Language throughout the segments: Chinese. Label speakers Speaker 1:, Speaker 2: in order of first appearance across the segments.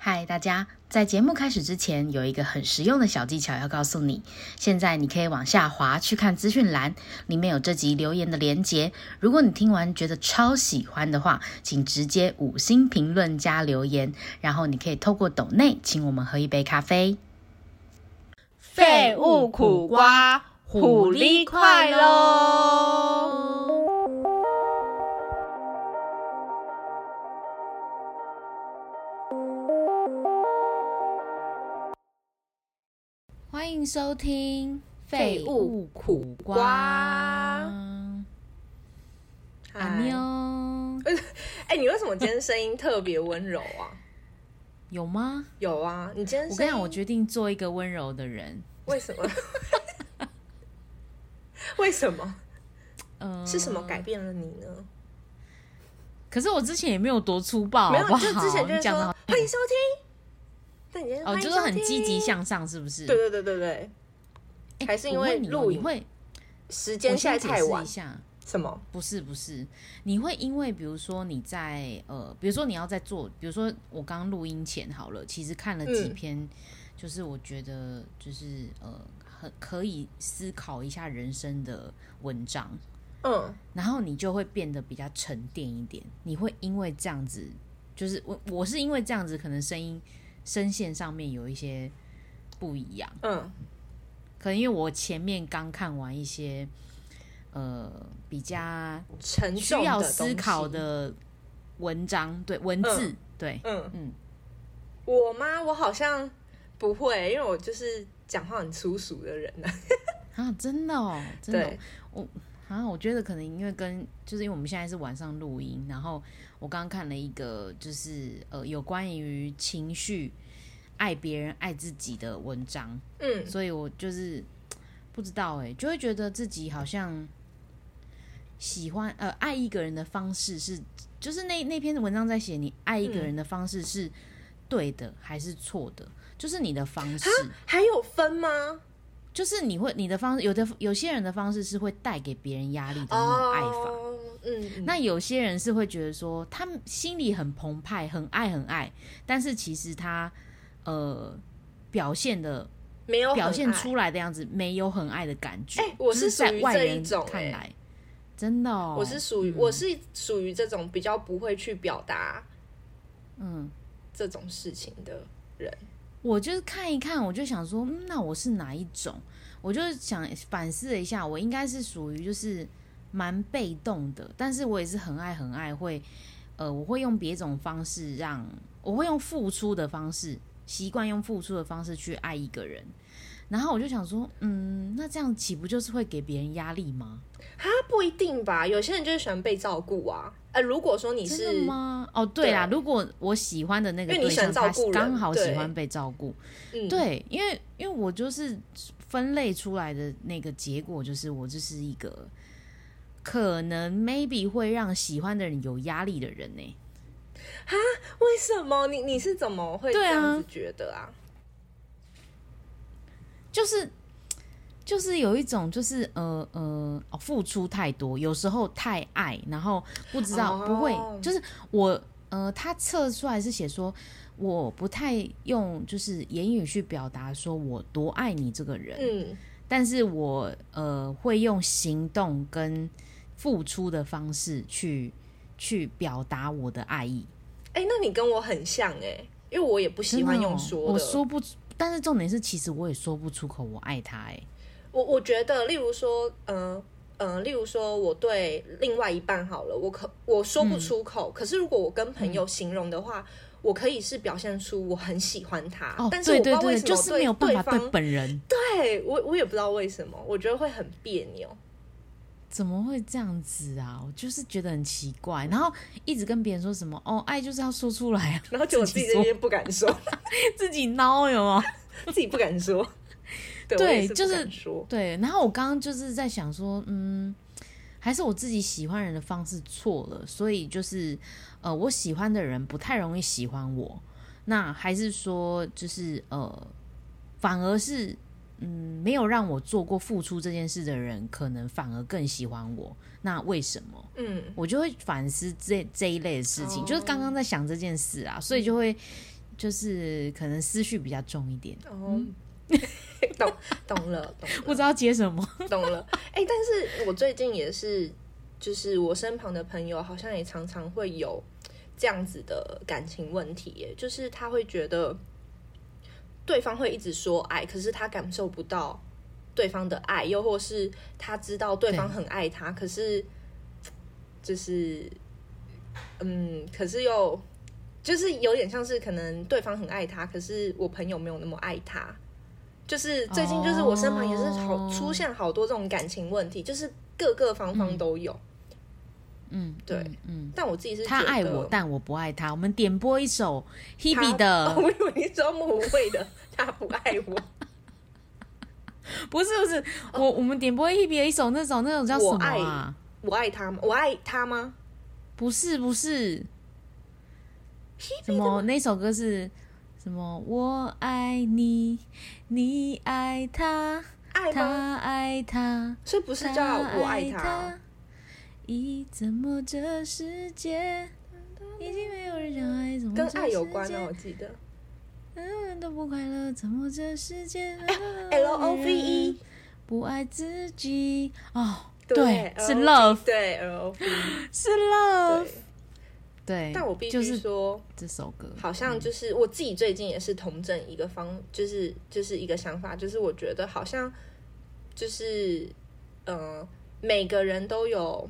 Speaker 1: 嗨，大家！在节目开始之前，有一个很实用的小技巧要告诉你。现在你可以往下滑去看资讯栏，里面有这集留言的连结。如果你听完觉得超喜欢的话，请直接五星评论加留言，然后你可以透过抖内请我们喝一杯咖啡。
Speaker 2: 废物苦瓜，虎力快喽！
Speaker 1: 欢迎收听
Speaker 2: 废物
Speaker 1: 苦
Speaker 2: 瓜嗨，
Speaker 1: 妞，
Speaker 2: 哎，你为什么今天声音特别温柔啊？
Speaker 1: 有吗？
Speaker 2: 有啊，你今天
Speaker 1: 我跟你讲，我
Speaker 2: 得
Speaker 1: 决定做一个温柔的人。
Speaker 2: 为什么？ 为什么？
Speaker 1: 嗯、
Speaker 2: 是什么改变了你呢？
Speaker 1: 可是我之前也没有多粗暴，
Speaker 2: 没
Speaker 1: 嗯好
Speaker 2: 有，
Speaker 1: 不
Speaker 2: 就
Speaker 1: 好？
Speaker 2: 之前就
Speaker 1: 你
Speaker 2: 是
Speaker 1: 讲的
Speaker 2: 说
Speaker 1: 好
Speaker 2: 欢迎收听，但你今天
Speaker 1: 哦，
Speaker 2: 欢迎
Speaker 1: 就是很
Speaker 2: 收听
Speaker 1: 积极。向上，是不是？
Speaker 2: 对对对对对，
Speaker 1: 诶
Speaker 2: 还是因
Speaker 1: 我
Speaker 2: 为
Speaker 1: 问你哦
Speaker 2: 录
Speaker 1: 你
Speaker 2: 影
Speaker 1: 会
Speaker 2: 时
Speaker 1: 我
Speaker 2: 间现
Speaker 1: 先
Speaker 2: 在
Speaker 1: 解
Speaker 2: 太
Speaker 1: 释
Speaker 2: 晚
Speaker 1: 一。下，
Speaker 2: 什么？
Speaker 1: 不是不是，你会因为比如说你在呃，比如说你要在做，比如说我刚刚录音前好了，其实看了几
Speaker 2: 嗯
Speaker 1: 篇，就是我觉得就是呃，很可以思考一下人生的文章，
Speaker 2: 嗯，
Speaker 1: 然后你就会变得比较沉淀一点。你会因为这样子，就是我我是因为这样子，可能声音声线上面有一些不一样，
Speaker 2: 嗯，
Speaker 1: 可能因为我前面刚看完一些呃比较
Speaker 2: 沉
Speaker 1: 需
Speaker 2: 重的
Speaker 1: 要
Speaker 2: 东
Speaker 1: 思考
Speaker 2: 西。
Speaker 1: 的文章，对文字，对，
Speaker 2: 嗯
Speaker 1: 嗯
Speaker 2: 嗯，我吗？我好像不会，因为我就是讲话很粗俗的人呢、
Speaker 1: 啊，真的哦，真的哦、
Speaker 2: 对，
Speaker 1: 啊，我觉得可能因为跟就是因为我们现在是晚上录音，然后我刚刚看了一个就是呃有关于情绪、爱别人、爱自己的文章，
Speaker 2: 嗯，
Speaker 1: 所以我就是不知道哎、就会觉得自己好像喜欢呃爱一个人的方式是，就是那那篇文章在写你爱一个
Speaker 2: 嗯
Speaker 1: 人的方式是对的还是错的，就是你的方
Speaker 2: 啊
Speaker 1: 式。
Speaker 2: 还有分吗？
Speaker 1: 就是你会你的方式，有的有些人的方式是会带给别人压力的那种嗯爱法，
Speaker 2: 哦，嗯，嗯
Speaker 1: 那有些人是会觉得说，他们心里很澎湃，很爱很爱，但是其实他呃表现的
Speaker 2: 没有很
Speaker 1: 表现
Speaker 2: 爱
Speaker 1: 出来的样子没有很爱的感觉。
Speaker 2: 哎我
Speaker 1: 就是是在
Speaker 2: 属于
Speaker 1: 外
Speaker 2: 这一
Speaker 1: 人
Speaker 2: 种
Speaker 1: 看
Speaker 2: 哎
Speaker 1: 来，真的、哦，
Speaker 2: 我是属于、我是属于这种比较不会去表达
Speaker 1: 嗯，
Speaker 2: 这种事情的人。
Speaker 1: 我就是看一看，我就想说，嗯，那我是哪一种？我就想反思了一下，我应该是属于就是蛮被动的，但是我也是很爱很爱会，呃，我会用别种方式让，我会用付出的方式，习惯用付出的方式去爱一个人。然后我就想说，嗯，那这样岂不就是会给别人压力吗？
Speaker 2: 他不一定吧，有些人就是喜欢被照顾啊。呃，如果说你
Speaker 1: 真
Speaker 2: 是
Speaker 1: 的吗？哦，对啦，
Speaker 2: 对
Speaker 1: 如果我喜欢的那个
Speaker 2: 因为你
Speaker 1: 对
Speaker 2: 喜欢
Speaker 1: 象，他
Speaker 2: 照顾人
Speaker 1: 刚好喜
Speaker 2: 对
Speaker 1: 欢被照顾，
Speaker 2: 嗯，
Speaker 1: 对，因为因为我就是分类出来的那个结果，就是我就是一个可能 maybe 会让喜欢的人有压力的人呢、
Speaker 2: 为什么你你是怎么会
Speaker 1: 对
Speaker 2: 这
Speaker 1: 啊
Speaker 2: 样子觉得啊？
Speaker 1: 就是就是有一种就是呃呃、哦、付出太多，有时候太爱，然后不知道、
Speaker 2: 哦
Speaker 1: 不会，就是我呃他测出来是写说。我不太用就是言语去表达说我多爱你这个人，
Speaker 2: 嗯，
Speaker 1: 但是我呃会用行动跟付出的方式去去表达我的爱意。
Speaker 2: 哎、那你跟我很像哎、因为我也不喜欢
Speaker 1: 真的哦
Speaker 2: 用说的。
Speaker 1: 我说不出，但是重点是，其实我也说不出口我爱他、哎，
Speaker 2: 我我觉得，例如说，嗯、嗯、例如说，我对另外一半好了，我可我说
Speaker 1: 嗯
Speaker 2: 不出口，可是如果我跟朋友形容的话，我可以是表现出我很喜欢他，
Speaker 1: 哦，
Speaker 2: 但是我
Speaker 1: 对
Speaker 2: 不知
Speaker 1: 对
Speaker 2: 道为
Speaker 1: 对，
Speaker 2: 什么
Speaker 1: 就是没有办法
Speaker 2: 对
Speaker 1: 对
Speaker 2: 方，
Speaker 1: 本人，
Speaker 2: 对我我也不知道为什么，我觉得会很别扭。
Speaker 1: 怎么会这样子啊？我就是觉得很奇怪，然后一直跟别人说什么哦，爱就是要说出来 啊，
Speaker 2: 然后结果自己这
Speaker 1: 说
Speaker 2: 边不敢说，
Speaker 1: 自己孬有吗？
Speaker 2: 自己不敢说，对，
Speaker 1: 对
Speaker 2: 我也是不
Speaker 1: 就是
Speaker 2: 敢说，
Speaker 1: 对，然后我刚刚就是在想说，嗯，还是我自己喜欢人的方式错了，所以就是呃，我喜欢的人不太容易喜欢我。那还是说，就是呃，反而是嗯，没有让我做过付出这件事的人，可能反而更喜欢我。那为什么？
Speaker 2: 嗯，
Speaker 1: 我就会反思这这一类的事情，就是刚刚在想这件事啊，所以就会就是可能思绪比较重一点，
Speaker 2: 哦，
Speaker 1: 嗯
Speaker 2: 懂懂了，懂了
Speaker 1: 不知道接什么。
Speaker 2: 懂了。哎、但是我最近也是，就是我身旁的朋友好像也常常会有这样子的感情问题耶，就是他会觉得对方会一直说爱，可是他感受不到对方的爱，又或是他知道对方
Speaker 1: 对
Speaker 2: 很爱他，可是就是嗯，可是又。就是有点像是可能对方很爱他，可是我朋友没有那么爱他。就是最近就是我身旁也是好
Speaker 1: 哦
Speaker 2: 出现好多这种感情问题，就是各个方方都有。
Speaker 1: 嗯，
Speaker 2: 对
Speaker 1: 嗯，嗯。
Speaker 2: 但我自己是
Speaker 1: 他
Speaker 2: 觉
Speaker 1: 爱
Speaker 2: 得
Speaker 1: 我，但我不爱他。我们点播一首
Speaker 2: 他
Speaker 1: Hebe
Speaker 2: 哦
Speaker 1: 的，
Speaker 2: 我以为你说母会的，他不爱我，
Speaker 1: 不是不是，我我们点播 Hebe 的一首那首那种叫什
Speaker 2: 哦我
Speaker 1: 么
Speaker 2: 爱
Speaker 1: 啊？
Speaker 2: 我爱他吗？我爱他吗？
Speaker 1: 不是不是，什么那首歌是什么？我爱你，你爱他，
Speaker 2: 爱吗？
Speaker 1: 他爱他，
Speaker 2: 所以不
Speaker 1: 不
Speaker 2: 是叫我爱他，
Speaker 1: 他。咦，怎么这世界已经没有人相爱？怎么
Speaker 2: 跟
Speaker 1: 这
Speaker 2: 爱有
Speaker 1: 世
Speaker 2: 关
Speaker 1: 界
Speaker 2: 啊，我记得。
Speaker 1: 嗯，都不快乐，怎么这世界
Speaker 2: L O V E
Speaker 1: 不爱自己哦？
Speaker 2: 对呃
Speaker 1: 是
Speaker 2: LOVE
Speaker 1: love，
Speaker 2: 对 L O V E
Speaker 1: 是 love，对。
Speaker 2: 对。但我必
Speaker 1: 就
Speaker 2: 须
Speaker 1: 是
Speaker 2: 说，
Speaker 1: 这首歌，
Speaker 2: 好像就是我自己最近也是同整一个方，就是就是一个想法，就是我觉得好像就是嗯、呃每个人都有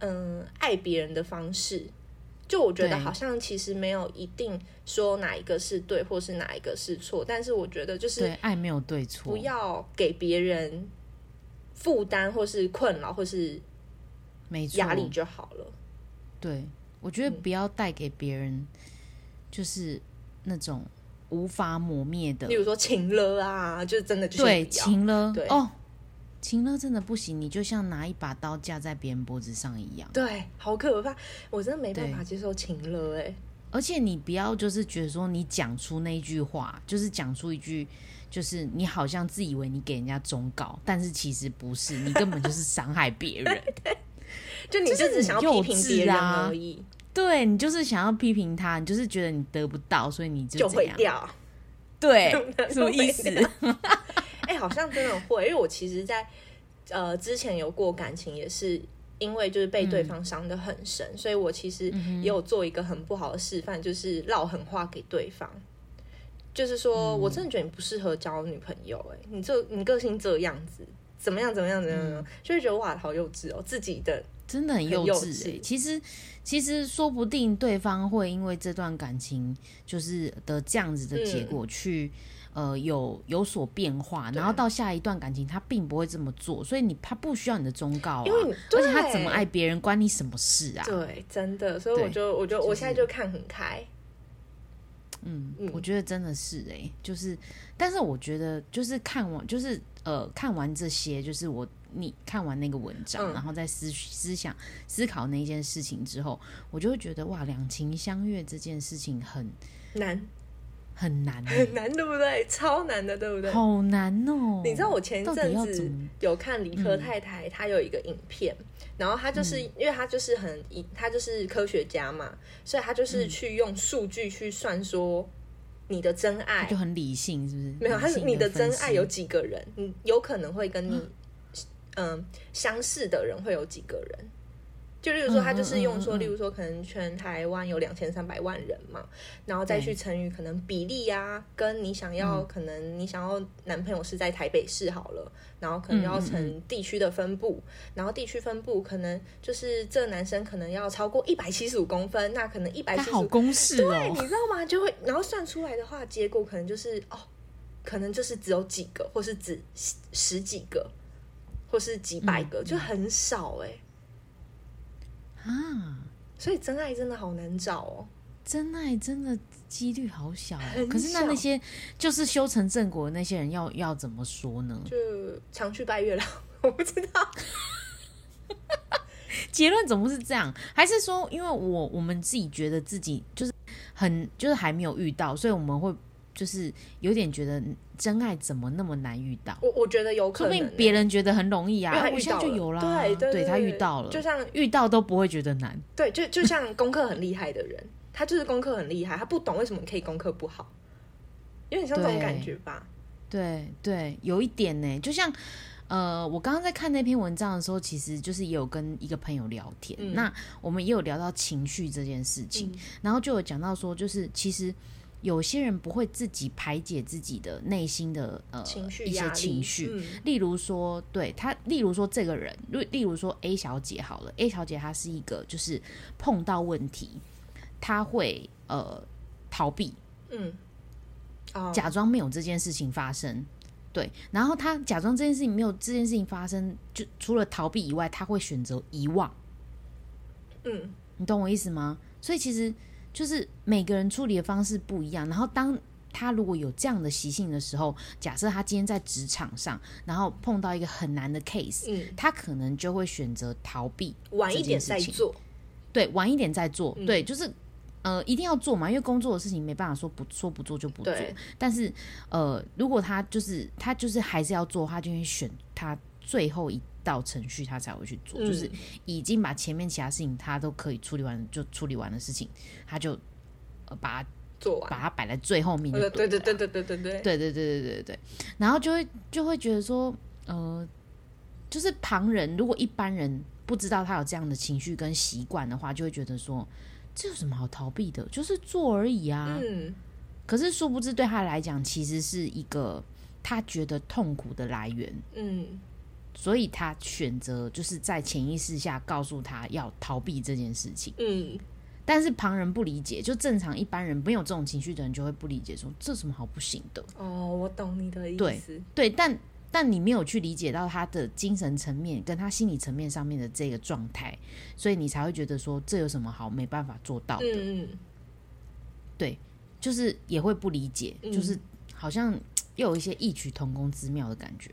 Speaker 2: 嗯、爱别人的方式。就我觉得
Speaker 1: 对
Speaker 2: 好像其实没有一定说哪一个是对，或是哪一个是错，但是我觉得就是
Speaker 1: 对爱没有对错，
Speaker 2: 不要给别人负担或是困扰或是
Speaker 1: 没错
Speaker 2: 压力就好嗯了。
Speaker 1: 对，我觉得不要带给别人就是那种无法抹灭的
Speaker 2: 例，如说情了啊，就真的就先
Speaker 1: 对
Speaker 2: 不要
Speaker 1: 情了
Speaker 2: 对
Speaker 1: 哦，情了真的不行，你就像拿一把刀架在别人脖子上一样。
Speaker 2: 对，好可怕！我真的没办
Speaker 1: 对
Speaker 2: 法接受情了哎、
Speaker 1: 而且你不要就是觉得说你讲出那一句话，就是讲出一句，就是你好像自以为你给人家忠告，但是其实不是，你根本就是伤害别 人。
Speaker 2: 就你就
Speaker 1: 就是
Speaker 2: 只想要批
Speaker 1: 很
Speaker 2: 评
Speaker 1: 幼稚
Speaker 2: 别人
Speaker 1: 啊
Speaker 2: 而已，
Speaker 1: 对你就是想要批评他，你就是觉得你得不到，所以你
Speaker 2: 就
Speaker 1: 就这
Speaker 2: 毁
Speaker 1: 样。
Speaker 2: 掉。，
Speaker 1: 对 什么意思？
Speaker 2: 哎、好像真的会，因为我其实在，呃之前有过感情，也是因为就是被对方伤得很深，
Speaker 1: 嗯
Speaker 2: 所以我其实也有做一个很不好的示范，就是唠狠话给对方。就是说，
Speaker 1: 嗯
Speaker 2: 我真的觉得你不适合交女朋友、哎，你这你个性这样子，怎么样怎么样怎么样，怎
Speaker 1: 嗯
Speaker 2: 么样就会觉得哇，好幼稚哦，自己的
Speaker 1: 真的很幼
Speaker 2: 幼
Speaker 1: 稚、欸。
Speaker 2: 稚
Speaker 1: 其实，其实说不定对方会因为这段感情就是的这样子的结
Speaker 2: 嗯
Speaker 1: 果去、呃有有所变化，然后到下一段感情他并不会这么做，所以你他不需要你的忠告啊，
Speaker 2: 因为你
Speaker 1: 而且他
Speaker 2: 对
Speaker 1: 怎么爱别人关你什么事啊？
Speaker 2: 对，真的，所以我
Speaker 1: 对
Speaker 2: 就我就我
Speaker 1: 就
Speaker 2: 现在
Speaker 1: 是
Speaker 2: 就看很开，
Speaker 1: 嗯
Speaker 2: 嗯，
Speaker 1: 我觉得真的是哎、就是，但是我觉得就是看完，就是呃，看完这些，就是我你看完那个文章，
Speaker 2: 嗯
Speaker 1: 然后再思思想思考那一件事情之后，我就会觉得哇，两情相悦这件事情很
Speaker 2: 难
Speaker 1: 很难欸、
Speaker 2: 很难，对不对？超难的，对不对？
Speaker 1: 好难哦、
Speaker 2: 你知道我前一
Speaker 1: 到底
Speaker 2: 阵
Speaker 1: 要怎
Speaker 2: 子
Speaker 1: 么嗯
Speaker 2: 有看理科太太，她有一个影片，然后她就是因为她就是很她就是科学家嘛，所以她就是
Speaker 1: 嗯
Speaker 2: 去用数据去算说你的真爱
Speaker 1: 就很理性，是不是？
Speaker 2: 没有，
Speaker 1: 理
Speaker 2: 他是
Speaker 1: 性
Speaker 2: 你的
Speaker 1: 地分
Speaker 2: 真爱有
Speaker 1: 析
Speaker 2: 几个人？你有可能会跟你嗯、相似的人会有几个人？就例如说，
Speaker 1: 嗯
Speaker 2: 他就是用说，
Speaker 1: 嗯嗯嗯
Speaker 2: 例如说，可能全台湾有两千三百万人嘛，然后再去
Speaker 1: 对嗯
Speaker 2: 乘以可能比例啊，跟你想要、可能你想要男朋友是在台北市好了，然后可能
Speaker 1: 嗯
Speaker 2: 要
Speaker 1: 嗯嗯
Speaker 2: 成地区的分布，然后地区分布可能就是这男生可能要超过一百七十五公分，那可能一百
Speaker 1: 他
Speaker 2: 七十
Speaker 1: 好
Speaker 2: 五
Speaker 1: 公式哦、
Speaker 2: 哎你知道吗？就会然后算出来的话，结果可能就是哦，可能就是只有几个，或是只十十几个，或是几百
Speaker 1: 嗯
Speaker 2: 个，就很少哎、
Speaker 1: 啊。
Speaker 2: 所以真爱真的好难找哦。
Speaker 1: 真爱真的几率好小哦、
Speaker 2: 很
Speaker 1: 可是那
Speaker 2: 小
Speaker 1: 那些就是修成正果的那些人要要怎么说呢？
Speaker 2: 就常去拜月老， 我不知道。
Speaker 1: 结论总不是这样，还是说，因为我我们自己觉得自己就是很就是还没有遇到，所以我们会就是有点觉得真爱怎么那么难遇到？
Speaker 2: 我我觉得有
Speaker 1: 说
Speaker 2: 可
Speaker 1: 不
Speaker 2: 能、欸
Speaker 1: 定别人觉得很容易啊，
Speaker 2: 因为他
Speaker 1: 啊我
Speaker 2: 遇
Speaker 1: 现
Speaker 2: 到
Speaker 1: 在就有啦，
Speaker 2: 对
Speaker 1: 对
Speaker 2: 对
Speaker 1: 他遇到了，
Speaker 2: 就像
Speaker 1: 遇到都不会觉得难，
Speaker 2: 对，就就像功课很厉害的人，他就是功课很厉害，他不懂为什么你可以功课不好，有点像这种
Speaker 1: 对
Speaker 2: 感觉吧？
Speaker 1: 对对，有一点呢，就像呃，我刚刚在看那篇文章的时候，其实就是也有跟一个朋友聊天，
Speaker 2: 嗯
Speaker 1: 那我们也有聊到情绪这件事情，
Speaker 2: 嗯
Speaker 1: 然后就有讲到说，就是其实。有些人不会自己排解自己的内心的呃
Speaker 2: 情绪
Speaker 1: 一
Speaker 2: 压
Speaker 1: 些
Speaker 2: 力，
Speaker 1: 情绪，
Speaker 2: 嗯
Speaker 1: 例如说，对他，例如说这个人，例例如说 A 小姐好了，A 小姐她是一个就是碰到问题，她会呃逃避，
Speaker 2: 嗯，哦，
Speaker 1: 假装没有这件事情发生。对，然后她假装这件事情没有这件事情发生，就除了逃避以外，她会选择遗忘。
Speaker 2: 嗯，
Speaker 1: 你懂我意思吗？所以其实就是每个人处理的方式不一样。然后当他如果有这样的习性的时候，假设他今天在职场上，然后碰到一个很难的 case，
Speaker 2: 嗯
Speaker 1: 他可能就会选择逃避，
Speaker 2: 晚一点
Speaker 1: 这
Speaker 2: 再
Speaker 1: 件事情
Speaker 2: 做，
Speaker 1: 对，晚一点再做，
Speaker 2: 嗯
Speaker 1: 对，就是呃，一定要做嘛，因为工作的事情没办法说不说不做就不做
Speaker 2: 对。
Speaker 1: 但是呃，如果他就是他就是还是要做，他就会选他最后一道程序，他才会去做，就是
Speaker 2: 嗯
Speaker 1: 已经把前面其他事情他都可以处理完，就处理完的事情，他就呃把它
Speaker 2: 做
Speaker 1: 把
Speaker 2: 完，
Speaker 1: 它摆在最后面就
Speaker 2: 呃，对
Speaker 1: 对
Speaker 2: 对
Speaker 1: 了
Speaker 2: 对对对对对，
Speaker 1: 啊对对对对对对，然后就会就会觉得说，呃，就是旁人如果一般人不知道他有这样的情绪跟习惯的话，就会觉得说这有什么好逃避的，就是做而已啊。
Speaker 2: 嗯，
Speaker 1: 可是殊不知对他来讲，其实是一个他觉得痛苦的来源，
Speaker 2: 嗯，
Speaker 1: 所以他选择就是在潜意识下告诉他要逃避这件事情。
Speaker 2: 嗯，
Speaker 1: 但是旁人不理解，就正常一般人没有这种情绪的人就会不理解说这有什么好不行的。
Speaker 2: 哦，我懂你的意
Speaker 1: 对
Speaker 2: 思，
Speaker 1: 对，但但你没有去理解到他的精神层面跟他心理层面上面的这个状态，所以你才会觉得说这有什么好没办法做到的，
Speaker 2: 嗯嗯，
Speaker 1: 就是也会不理解，
Speaker 2: 嗯
Speaker 1: 就是好像又有一些异曲同工之妙的感觉。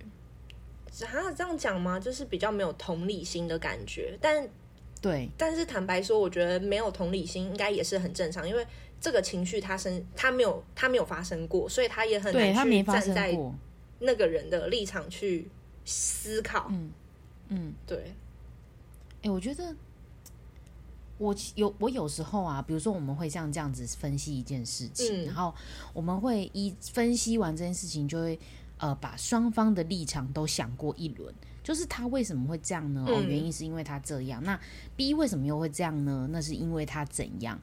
Speaker 2: 还啊要这样讲吗？就是比较没有同理心的感觉，但
Speaker 1: 对
Speaker 2: 但是坦白说，我觉得没有同理心应该也是很正常，因为这个情绪它生它没有它没有发生过，所以他也很
Speaker 1: 对，他
Speaker 2: 难去
Speaker 1: 没发
Speaker 2: 站
Speaker 1: 生
Speaker 2: 在
Speaker 1: 过，
Speaker 2: 那个人的立场去思考。
Speaker 1: 嗯嗯。
Speaker 2: 对，
Speaker 1: 哎、我觉得我其有我有时候啊，比如说我们会像这样子分析一件事情，
Speaker 2: 嗯
Speaker 1: 然后我们会一分析完这件事情，就会呃把双方的立场都想过一轮，就是他为什么会这样呢？哦，
Speaker 2: 嗯
Speaker 1: 原因是因为他这样。那 B 为什么又会这样呢？那是因为他怎样？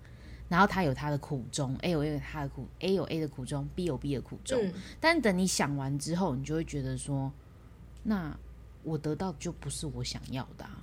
Speaker 1: 然后他有他的苦衷，A 有 A 的他的苦，A 有 A 的苦衷，B 有 B 的苦衷。
Speaker 2: 嗯
Speaker 1: 但等你想完之后，你就会觉得说，那我得到的就不是我想要的、啊，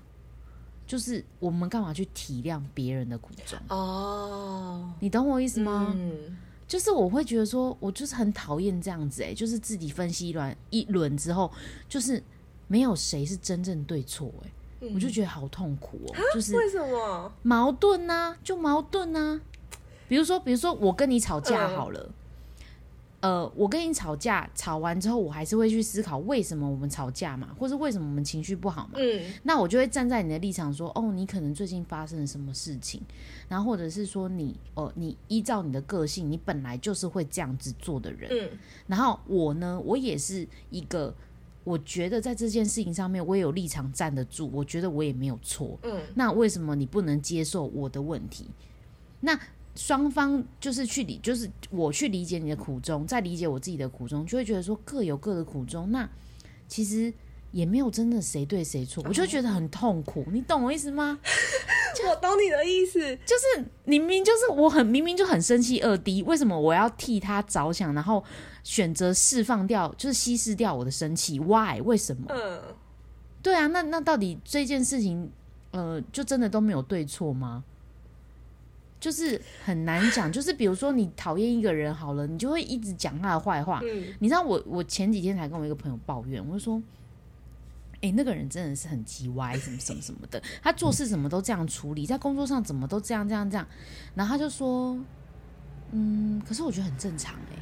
Speaker 1: 就是我们干嘛去体谅别人的苦衷？
Speaker 2: 哦，
Speaker 1: 你懂我意思吗？
Speaker 2: 嗯
Speaker 1: 就是我会觉得说，我就是很讨厌这样子、欸，就是自己分析一轮一轮之后，就是没有谁是真正对错、欸，
Speaker 2: 嗯
Speaker 1: 我就觉得好痛苦哦、就是
Speaker 2: 为什么？
Speaker 1: 矛盾呐、就矛盾呐、比如说，比如说我跟你吵架好了，呃，我跟你吵架，吵完之后，我还是会去思考为什么我们吵架嘛，或是为什么我们情绪不好嘛。
Speaker 2: 嗯
Speaker 1: 那我就会站在你的立场说，哦，你可能最近发生了什么事情，然后或者是说你，哦，你依照你的个性，你本来就是会这样子做的人。
Speaker 2: 嗯
Speaker 1: 然后我呢，我也是一个，我觉得在这件事情上面，我也有立场站得住，我觉得我也没有错。
Speaker 2: 嗯
Speaker 1: 那为什么你不能接受我的问题？那双方就是去理，就是我去理解你的苦衷，再理解我自己的苦衷，就会觉得说各有各的苦衷。那其实也没有真的谁对谁错，我就觉得很痛苦。你懂我意思吗？
Speaker 2: 我懂你的意思。
Speaker 1: 就是你明明就是我很明明就很生气二 D，为什么我要替他着想，然后选择释放掉，就是稀释掉我的生气？Why？为什么？
Speaker 2: 嗯，
Speaker 1: 对啊，那那到底这件事情，呃，就真的都没有对错吗？就是很难讲。就是比如说，你讨厌一个人好了，你就会一直讲他的坏话。
Speaker 2: 嗯
Speaker 1: 你知道我，我前几天才跟我一个朋友抱怨，我就说，哎、那个人真的是很叽歪，什么什么什么的， 他做事怎么都这样处理，在工作上怎么都这样这样这样。然后他就说，嗯，可是我觉得很正常哎、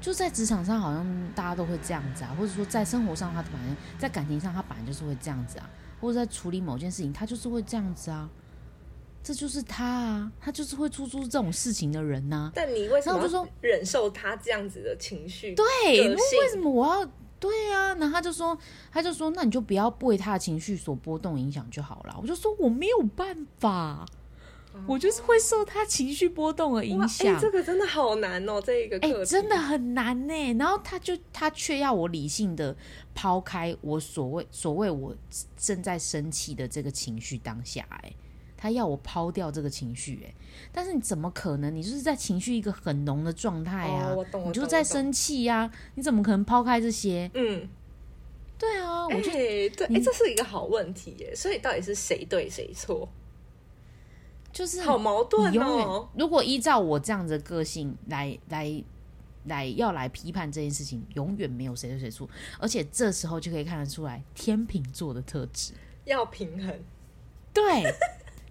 Speaker 1: 就在职场上好像大家都会这样子啊，或者说在生活上他本来在感情上他本来就是会这样子啊，或者在处理某件事情他就是会这样子啊，这就是他啊，他就是会做出这种事情的人啊呐、
Speaker 2: 但你为什
Speaker 1: 然后我
Speaker 2: 么
Speaker 1: 就说
Speaker 2: 要忍受他这样子的情绪？
Speaker 1: 对，
Speaker 2: 个
Speaker 1: 那
Speaker 2: 性
Speaker 1: 为什么我要？对啊，然后他就说，他就说，那你就不要被他的情绪所波动影响就好了。我就说我没有办法，我就是会受他情绪波动而
Speaker 2: 哇
Speaker 1: 影
Speaker 2: 哎、
Speaker 1: 响。
Speaker 2: 这个真的好难哦，这一个
Speaker 1: 哎、
Speaker 2: 课题
Speaker 1: 真的很难呢、然后他就他却要我理性的抛开我所谓所谓我正在生气的这个情绪当下、哎，他要我抛掉这个情绪，哎，但是你怎么可能？你就是在情绪一个很浓的状态啊，
Speaker 2: 哦我懂我
Speaker 1: 你就
Speaker 2: 懂
Speaker 1: 在
Speaker 2: 我懂
Speaker 1: 生气呀、你怎么可能抛开这些？
Speaker 2: 嗯，
Speaker 1: 对啊，
Speaker 2: 哎、
Speaker 1: 我就
Speaker 2: 对，哎、这是一个好问题耶，所以到底是谁对谁错？
Speaker 1: 就是
Speaker 2: 好矛
Speaker 1: 你
Speaker 2: 盾
Speaker 1: 永远
Speaker 2: 哦。，
Speaker 1: 如果依照我这样的个性来来来要来批判这件事情，永远没有谁对谁错。而且这时候就可以看得出来天秤座的特质，
Speaker 2: 要平衡，
Speaker 1: 对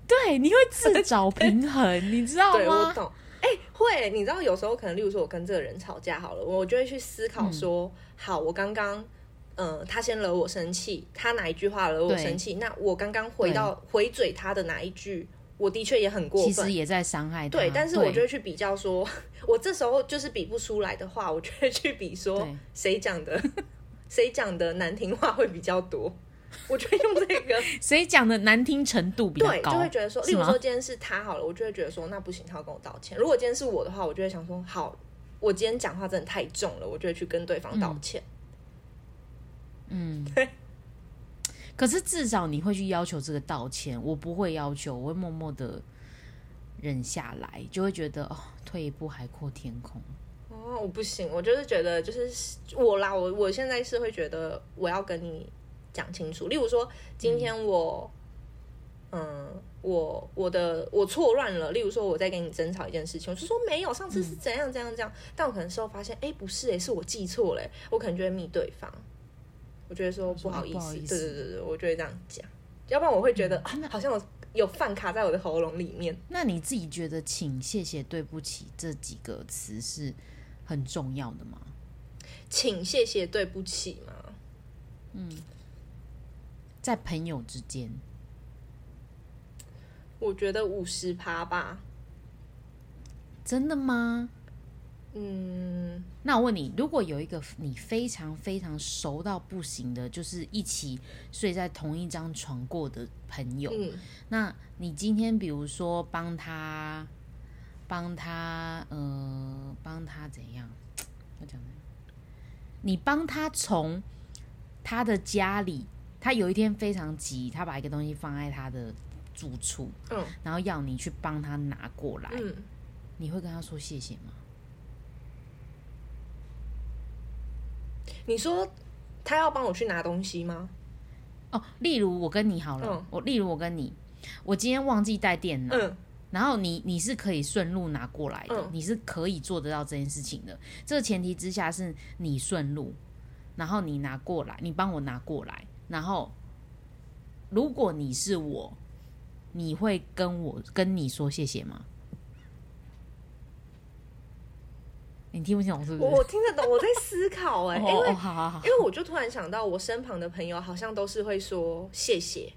Speaker 1: 对，你会自找平衡，你知道
Speaker 2: 对我
Speaker 1: 吗？
Speaker 2: 懂。哎、会，你知道有时候可能，例如说我跟这个人吵架好了，我就会去思考
Speaker 1: 嗯
Speaker 2: 说，好，我刚刚，呃，他先惹我生气，他哪一句话惹我
Speaker 1: 对
Speaker 2: 生气？那我刚刚回到回嘴他的哪一句，我的确也很过
Speaker 1: 其
Speaker 2: 分
Speaker 1: 实。也啊在伤害他。
Speaker 2: 对，但是我就会去比较说， 我这时候就是比不出来的话，我就会去比说
Speaker 1: 对
Speaker 2: 谁讲的 谁讲的难听话会比较多，我就会用这个，
Speaker 1: 谁讲的难听程度比较
Speaker 2: 对，
Speaker 1: 高，
Speaker 2: 就会觉得说，
Speaker 1: 是
Speaker 2: 例如
Speaker 1: 吗
Speaker 2: 说今天是他好了，我就会觉得说那不行，他要跟我道歉。如果今天是我的话，我就会想说，好，我今天讲话真的太重了，我就会去跟对方道歉。
Speaker 1: 嗯
Speaker 2: 对。
Speaker 1: 可是至少你会去要求这个道歉，我不会要求，我会默默的忍下来，就会觉得哦，退一步海阔天空。
Speaker 2: 哦，我不行，我就是觉得就是我啦，我我现在是会觉得我要跟你讲清楚。例如说，今天我，嗯，我我的我错乱了。例如说，我在跟你争吵一件事情，我就说没有，上次
Speaker 1: 嗯
Speaker 2: 是怎样怎样怎样，但我可能事后发现，哎，不是、哎，是我记错了、哎我可能就会密对方，我就会说不
Speaker 1: 说
Speaker 2: 好
Speaker 1: 哎
Speaker 2: 意
Speaker 1: 不好
Speaker 2: 思，
Speaker 1: 意
Speaker 2: 对
Speaker 1: 思嗯
Speaker 2: 对对对，我就会这样讲，要不然我会觉得、啊
Speaker 1: 那
Speaker 2: 好像我有饭卡在我的喉咙里面。
Speaker 1: 那你自己觉得“请”“谢谢”“对不起”这几个词是很重要的吗？
Speaker 2: 请谢谢对不起嘛，
Speaker 1: 在朋友之间，
Speaker 2: 我觉得五十趴吧。
Speaker 1: 真的吗？
Speaker 2: 嗯，
Speaker 1: 那我问你，如果有一个你非常非常熟到不行的，就是一起睡在同一张床过的朋友，
Speaker 2: 嗯，
Speaker 1: 那你今天比如说帮他，帮他，呃，帮他怎样？我讲的，你帮他从他的家里，他有一天非常急，他把一个东西放在他的住处，
Speaker 2: 嗯，
Speaker 1: 然后要你去帮他拿过来，
Speaker 2: 嗯，
Speaker 1: 你会跟他说谢谢吗？
Speaker 2: 你说他要帮我去拿东西吗？
Speaker 1: 哦，例如我跟你好了，
Speaker 2: 嗯
Speaker 1: 我例如我跟你，我今天忘记带电脑，
Speaker 2: 嗯，
Speaker 1: 然后你你是可以顺路拿过来的，
Speaker 2: 嗯
Speaker 1: 你是可以做得到这件事情的。这个前提之下是你顺路，然后你拿过来，你帮我拿过来。然后如果你是我，你会跟我跟你说谢谢吗？你听不清我是不
Speaker 2: 我
Speaker 1: 是？
Speaker 2: 我听得懂，我在思考哎、
Speaker 1: 哦
Speaker 2: 因为
Speaker 1: 哦，好好好
Speaker 2: 因，为我就突然想到，我身旁的朋友好像都是会说谢谢。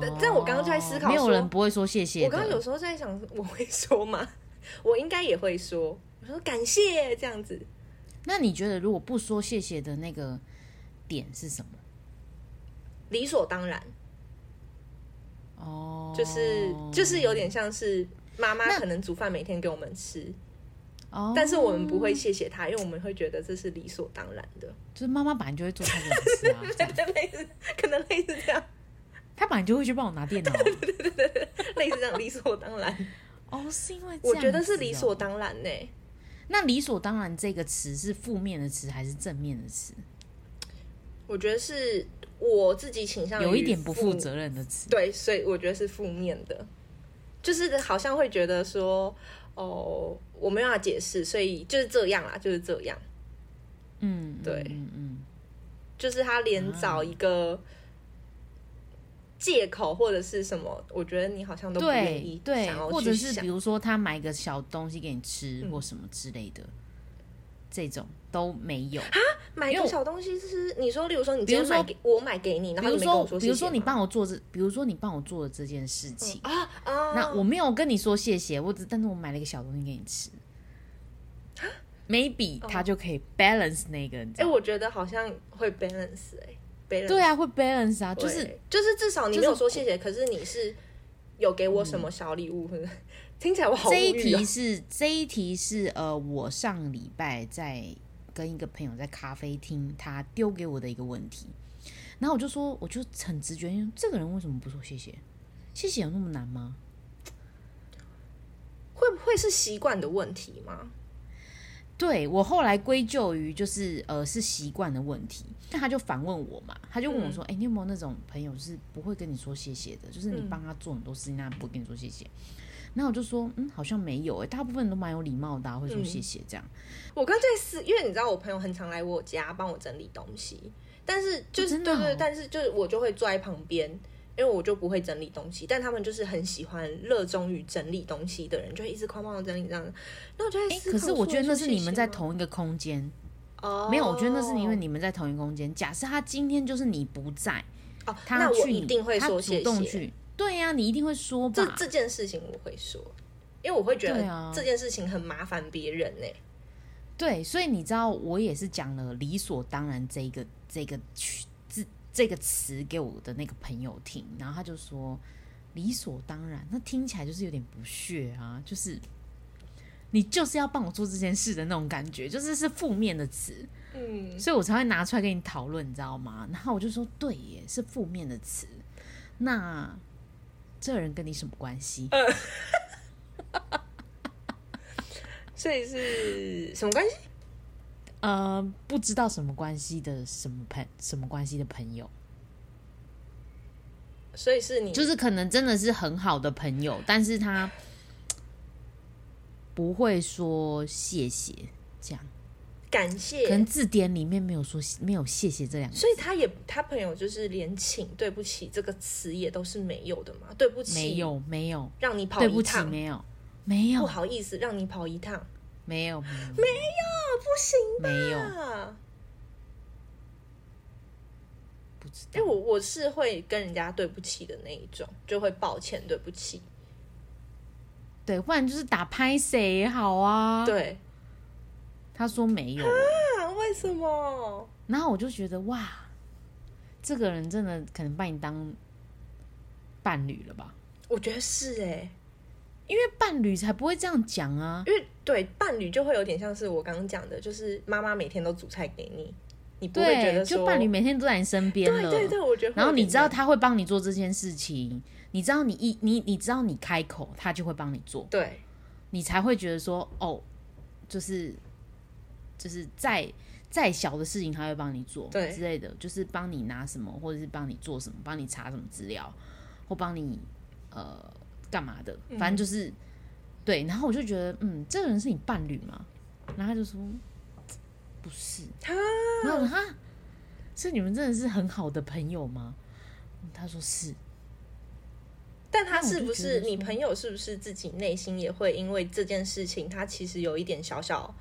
Speaker 2: 但但我刚刚就在思考
Speaker 1: 哦没有
Speaker 2: 说
Speaker 1: 人不会说谢谢的。
Speaker 2: 我刚刚有时候在想，我会说吗？ 我应该也会说，我说感谢这样子。
Speaker 1: 那你觉得如果不说谢谢的那个点是什么？
Speaker 2: 理所当然，
Speaker 1: 哦，
Speaker 2: 就是、就是有点像是妈妈可能煮饭每天给我们吃，
Speaker 1: 哦，
Speaker 2: 但是我们不会谢谢她，因为我们会觉得这是理所当然的，
Speaker 1: 就是妈妈本来就会做菜给我吃啊，这样
Speaker 2: 类似可能类似这样。
Speaker 1: 她本来就会去帮我拿电脑啊、
Speaker 2: 类似这样理所当然，
Speaker 1: 哦，是因为这样、
Speaker 2: 我觉得是理所。当然呢、
Speaker 1: 哦那理所当然这个词是负面的词还是正面的词？
Speaker 2: 我觉得是我自己倾向于
Speaker 1: 有一点不负
Speaker 2: 负，
Speaker 1: 责任的词。
Speaker 2: 对，所以我觉得是负面的，就是好像会觉得说，哦，我没办法解释，所以就是这样啦，就是这样，
Speaker 1: 嗯，
Speaker 2: 对
Speaker 1: 嗯嗯
Speaker 2: 就是他连找一个
Speaker 1: 啊
Speaker 2: 借口或者是什么，我觉得你好像
Speaker 1: 嗯，
Speaker 2: 都不愿
Speaker 1: 对
Speaker 2: 意
Speaker 1: 对，
Speaker 2: 想要
Speaker 1: 或
Speaker 2: 去
Speaker 1: 者是
Speaker 2: 想
Speaker 1: 比。如说他买个小东西给你吃
Speaker 2: 嗯
Speaker 1: 或什么之类的，这种都没有。
Speaker 2: 买
Speaker 1: 因为
Speaker 2: 个
Speaker 1: 我
Speaker 2: 小东西是，你说，例如说你
Speaker 1: 比
Speaker 2: 今
Speaker 1: 如
Speaker 2: 天
Speaker 1: 说
Speaker 2: 买给我买给你，然
Speaker 1: 比
Speaker 2: 后
Speaker 1: 如
Speaker 2: 你没跟我
Speaker 1: 说，
Speaker 2: 说谢谢吗，
Speaker 1: 比如说你帮我做这，比如说你帮我做的这件事情，
Speaker 2: 啊啊，
Speaker 1: 那我没有跟你说谢谢，我只但是我买了一个小东西给你吃，maybe 它就可以 balance 那个，你知
Speaker 2: 哦哎、
Speaker 1: 道吗
Speaker 2: 我觉得好像会 balance 哎、balance
Speaker 1: 对啊，会 balance 啊，
Speaker 2: 对，
Speaker 1: 就是
Speaker 2: 就是至少你
Speaker 1: 就是
Speaker 2: 没有说谢谢，可是你是有给我什么小礼物？ 听起来我好无
Speaker 1: 这一
Speaker 2: 语哦
Speaker 1: 题是这一题是呃，我上礼拜在跟一个朋友在咖啡厅，他丢给我的一个问题，然后我就说，我就很直觉，这个人为什么不说谢谢？谢谢有那么难吗？
Speaker 2: 会不会是习惯的问题吗？
Speaker 1: 对我后来归咎于就是呃是习惯的问题，那他就反问我嘛，他就
Speaker 2: 嗯
Speaker 1: 问我说：“哎、你有没有那种朋友是不会跟你说谢谢的？就是你
Speaker 2: 嗯
Speaker 1: 帮他做很多事情，他不会跟你说谢谢。”然后我就说：“嗯，好像没有诶、大部分人都蛮有礼貌的啊、会说
Speaker 2: 嗯
Speaker 1: 谢谢这样。
Speaker 2: 我刚在思，因为你知道我朋友很常来我家帮我整理东西，但是就是、
Speaker 1: 哦真的
Speaker 2: 对
Speaker 1: 哦
Speaker 2: 对，但是就是我就会坐在旁边，因为我就不会整理东西，但他们就是很喜欢热衷于整理东西的人，就会一直狂帮我整理这样。那我就在
Speaker 1: 哎、
Speaker 2: 思考
Speaker 1: 可是我觉得那是你们在
Speaker 2: 说
Speaker 1: 同一个空间，
Speaker 2: 我说谢谢吗哦，
Speaker 1: 没有，我觉得那是因为你们在同一个空间。假设他今天就是你不在，
Speaker 2: 哦，
Speaker 1: 他
Speaker 2: 那我
Speaker 1: 去
Speaker 2: 一
Speaker 1: 你，
Speaker 2: 定会
Speaker 1: 他
Speaker 2: 说谢
Speaker 1: 主动
Speaker 2: 谢。
Speaker 1: 去，对呀、你一定会说
Speaker 2: 这
Speaker 1: 吧？
Speaker 2: 这件事情我会说，因为我会觉
Speaker 1: 对
Speaker 2: 得
Speaker 1: 啊
Speaker 2: 这件事情很麻烦别人欸呢、
Speaker 1: 对，所以你知道，我也是讲了“理所当然”这一个这个这这个词给我的那个朋友听，然后他就说“理所当然”，那听起来就是有点不屑啊，就是你就是要帮我做这件事的那种感觉，就是是负面的词，
Speaker 2: 嗯，
Speaker 1: 所以我才会拿出来跟你讨论，你知道吗？然后我就说：“对耶，是负面的词。”那这人跟你什么关系？
Speaker 2: 所以是什么关系？
Speaker 1: 呃，不知道什么关系的什么朋什么关系的朋友。
Speaker 2: 所以是你
Speaker 1: 就是可能真的是很好的朋友，但是他不会说谢谢，这样
Speaker 2: 感
Speaker 1: 可
Speaker 2: 谢
Speaker 1: 能，字典里面没有说没有谢谢这两个字，
Speaker 2: 所以他也他朋友就是连请对不起这个词也都是没有的嘛，对不起，
Speaker 1: 没有没有，
Speaker 2: 让你跑
Speaker 1: 对不
Speaker 2: 一
Speaker 1: 起，
Speaker 2: 趟，
Speaker 1: 没有没有
Speaker 2: 不好意思让你跑一趟，
Speaker 1: 没有没有
Speaker 2: 啊不行
Speaker 1: 没有，
Speaker 2: 啊！
Speaker 1: 不知
Speaker 2: 因为
Speaker 1: 道
Speaker 2: 我我是会跟人家对不起的那一种，就会抱歉对不起，
Speaker 1: 对，不然就是打拍谁也好啊。
Speaker 2: 对
Speaker 1: 他说没有，
Speaker 2: 啊，为什么？
Speaker 1: 然后我就觉得哇，这个人真的可能把你当伴侣了吧？
Speaker 2: 我觉得是哎、
Speaker 1: 因为伴侣才不会这样讲啊。
Speaker 2: 因为对伴侣就会有点像是我刚刚讲的，就是妈妈每天都煮菜给你，你不会觉
Speaker 1: 对，
Speaker 2: 得说
Speaker 1: 就伴侣每天都在你身边
Speaker 2: 对
Speaker 1: 了，
Speaker 2: 对对，我觉得会有点这样。
Speaker 1: 然后你知道他会帮你做这件事情，你知道你一你你知道你开口，他就会帮你做，
Speaker 2: 对
Speaker 1: 你才会觉得说哦，就是就是再再小的事情他会帮你做，
Speaker 2: 对
Speaker 1: 之类的，就是帮你拿什么，或者是帮你做什么，帮你查什么资料，或帮你呃干嘛的，反正就是、对。然后我就觉得，嗯，这个人是你伴侣吗？然后他就说不是，
Speaker 2: 他
Speaker 1: 然后我说哈，是你们真的是很好的朋友吗？嗯他说是，
Speaker 2: 但他
Speaker 1: 那我
Speaker 2: 是
Speaker 1: 就
Speaker 2: 不
Speaker 1: 觉得
Speaker 2: 是你
Speaker 1: 说
Speaker 2: 朋友？是不是自己内心也会因为这件事情，他其实有一点小小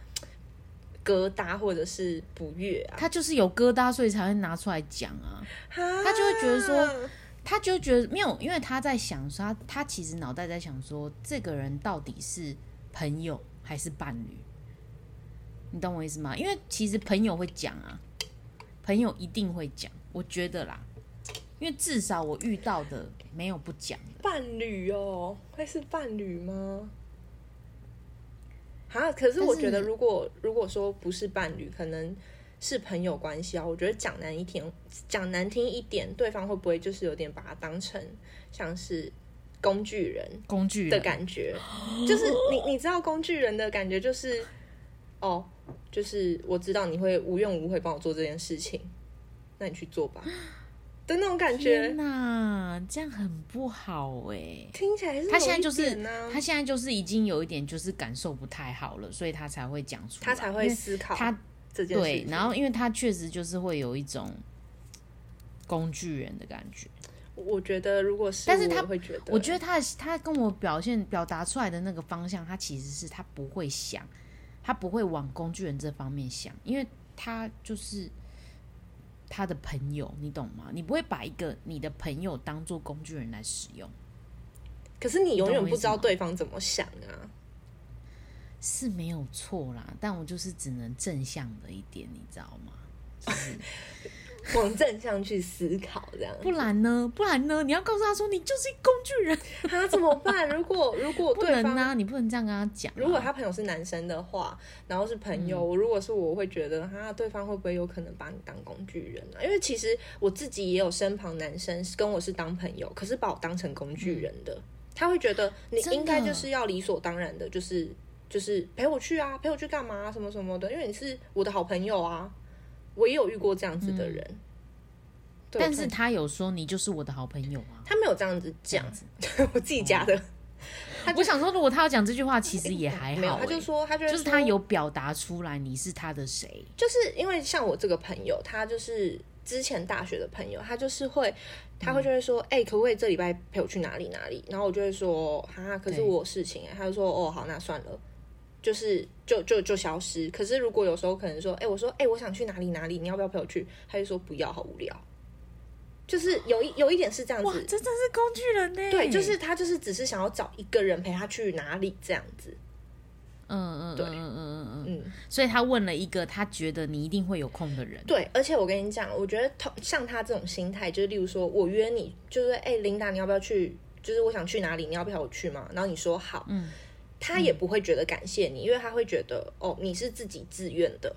Speaker 2: 疙瘩或者是不悦啊？
Speaker 1: 他就是有疙瘩，所以才会拿出来讲啊。
Speaker 2: 他
Speaker 1: 就会觉得说，他就觉得没有，因为他在想说，他他其实脑袋在想说，这个人到底是朋友还是伴侣？你懂我意思吗？因为其实朋友会讲啊，朋友一定会讲，我觉得啦，因为至少我遇到的没有不讲的。
Speaker 2: 伴侣哦，会是伴侣吗？啊，可是我
Speaker 1: 但是
Speaker 2: 觉得，如果如果说不是伴侣，可能是朋友关系啊。我觉得讲难一点，讲难听一点，对方会不会就是有点把他当成像是工具人？
Speaker 1: 工具
Speaker 2: 的
Speaker 1: 人
Speaker 2: 感觉，就是你你知道工具人的感觉就是，哦，就是我知道你会无怨无悔帮我做这件事情，那你去做吧的那种感
Speaker 1: 天
Speaker 2: 觉，
Speaker 1: 哪，这样很不好哎、
Speaker 2: 听起来是
Speaker 1: 他现在就
Speaker 2: 有
Speaker 1: 是
Speaker 2: 一点啊呢、
Speaker 1: 他现在就是已经有一点就是感受不太好了，所以他才会讲出来，
Speaker 2: 他才会
Speaker 1: 因为
Speaker 2: 思考
Speaker 1: 他
Speaker 2: 这件事
Speaker 1: 对
Speaker 2: 情，，
Speaker 1: 然后因为他确实就是会有一种工具人的感觉。
Speaker 2: 我觉得如果是，
Speaker 1: 但是他
Speaker 2: 会觉得，
Speaker 1: 我觉得他的他跟我表现表达出来的那个方向，他其实是他不会想，他不会往工具人这方面想，因为他就是他的朋友，你懂吗？你不会把一个你的朋友当做工具人来使用，
Speaker 2: 可是你永
Speaker 1: 你懂
Speaker 2: 远
Speaker 1: 我意
Speaker 2: 不
Speaker 1: 思
Speaker 2: 知道
Speaker 1: 吗
Speaker 2: 对方怎么想啊，
Speaker 1: 是没有错啦。但我就是只能正向的一点，你知道吗？就是
Speaker 2: 往正向去思考，这样
Speaker 1: 不然呢？不然呢？你要告诉他说你就是一工具人，
Speaker 2: 啊怎么办？如果如果
Speaker 1: 不
Speaker 2: 对
Speaker 1: 能
Speaker 2: 方
Speaker 1: 啊，你不能这样跟他讲啊、
Speaker 2: 如果他朋友是男生的话，然后是朋友，
Speaker 1: 嗯
Speaker 2: 如果是我，我会觉得哈，对方会不会有可能把你当工具人啊？因为其实我自己也有身旁男生是跟我是当朋友，可是把我当成工具人
Speaker 1: 嗯
Speaker 2: 的，他会觉得你
Speaker 1: 真的
Speaker 2: 应该就是要理所当然的，就是就是陪我去啊，陪我去干嘛、什么什么的，因为你是我的好朋友啊。我也有遇过这样子的人，
Speaker 1: 嗯
Speaker 2: 对
Speaker 1: 但是
Speaker 2: 我看
Speaker 1: 他有说你就是我的好朋友啊。
Speaker 2: 他没有这样子
Speaker 1: 这
Speaker 2: 讲
Speaker 1: 样，子，
Speaker 2: 我自己加的。他就哎
Speaker 1: 我想说，如果他要讲这句话，其实也嗯还
Speaker 2: 没有
Speaker 1: 好、，
Speaker 2: 他就
Speaker 1: 欸
Speaker 2: 说，他就会
Speaker 1: 就是
Speaker 2: 说
Speaker 1: 他有表达出来你是他的谁，
Speaker 2: 就是因为像我这个朋友，他就是之前大学的朋友，他就是会，他会就会
Speaker 1: 嗯
Speaker 2: 说，哎、可不可以这礼拜陪我去哪里哪里？然后我就会说，哈，可是
Speaker 1: 对
Speaker 2: 我有事情、欸，他就说，哦，好，那算了。就是就就就消失。可是如果有时候可能说，哎、我说，哎、我想去哪里哪里，你要不要陪我去？他就说不要，好无聊。就是有一有一点是这样
Speaker 1: 哇，
Speaker 2: 子，
Speaker 1: 这真是工具人欸呢、
Speaker 2: 对，就是他就是只是想要找一个人陪他去哪里这样子，
Speaker 1: 嗯嗯嗯
Speaker 2: 对
Speaker 1: 嗯嗯嗯嗯，
Speaker 2: 嗯。
Speaker 1: 所以他问了一个他觉得你一定会有空的人，
Speaker 2: 对，而且我跟你讲，我觉得同像他这种心态，就是例如说我约你，就是哎、琳达，你要不要去？就是我想去哪里，你要不要我去吗？然后你说好，
Speaker 1: 嗯，
Speaker 2: 他也不会觉得感谢你，因为他会觉得哦，你是自己自愿的，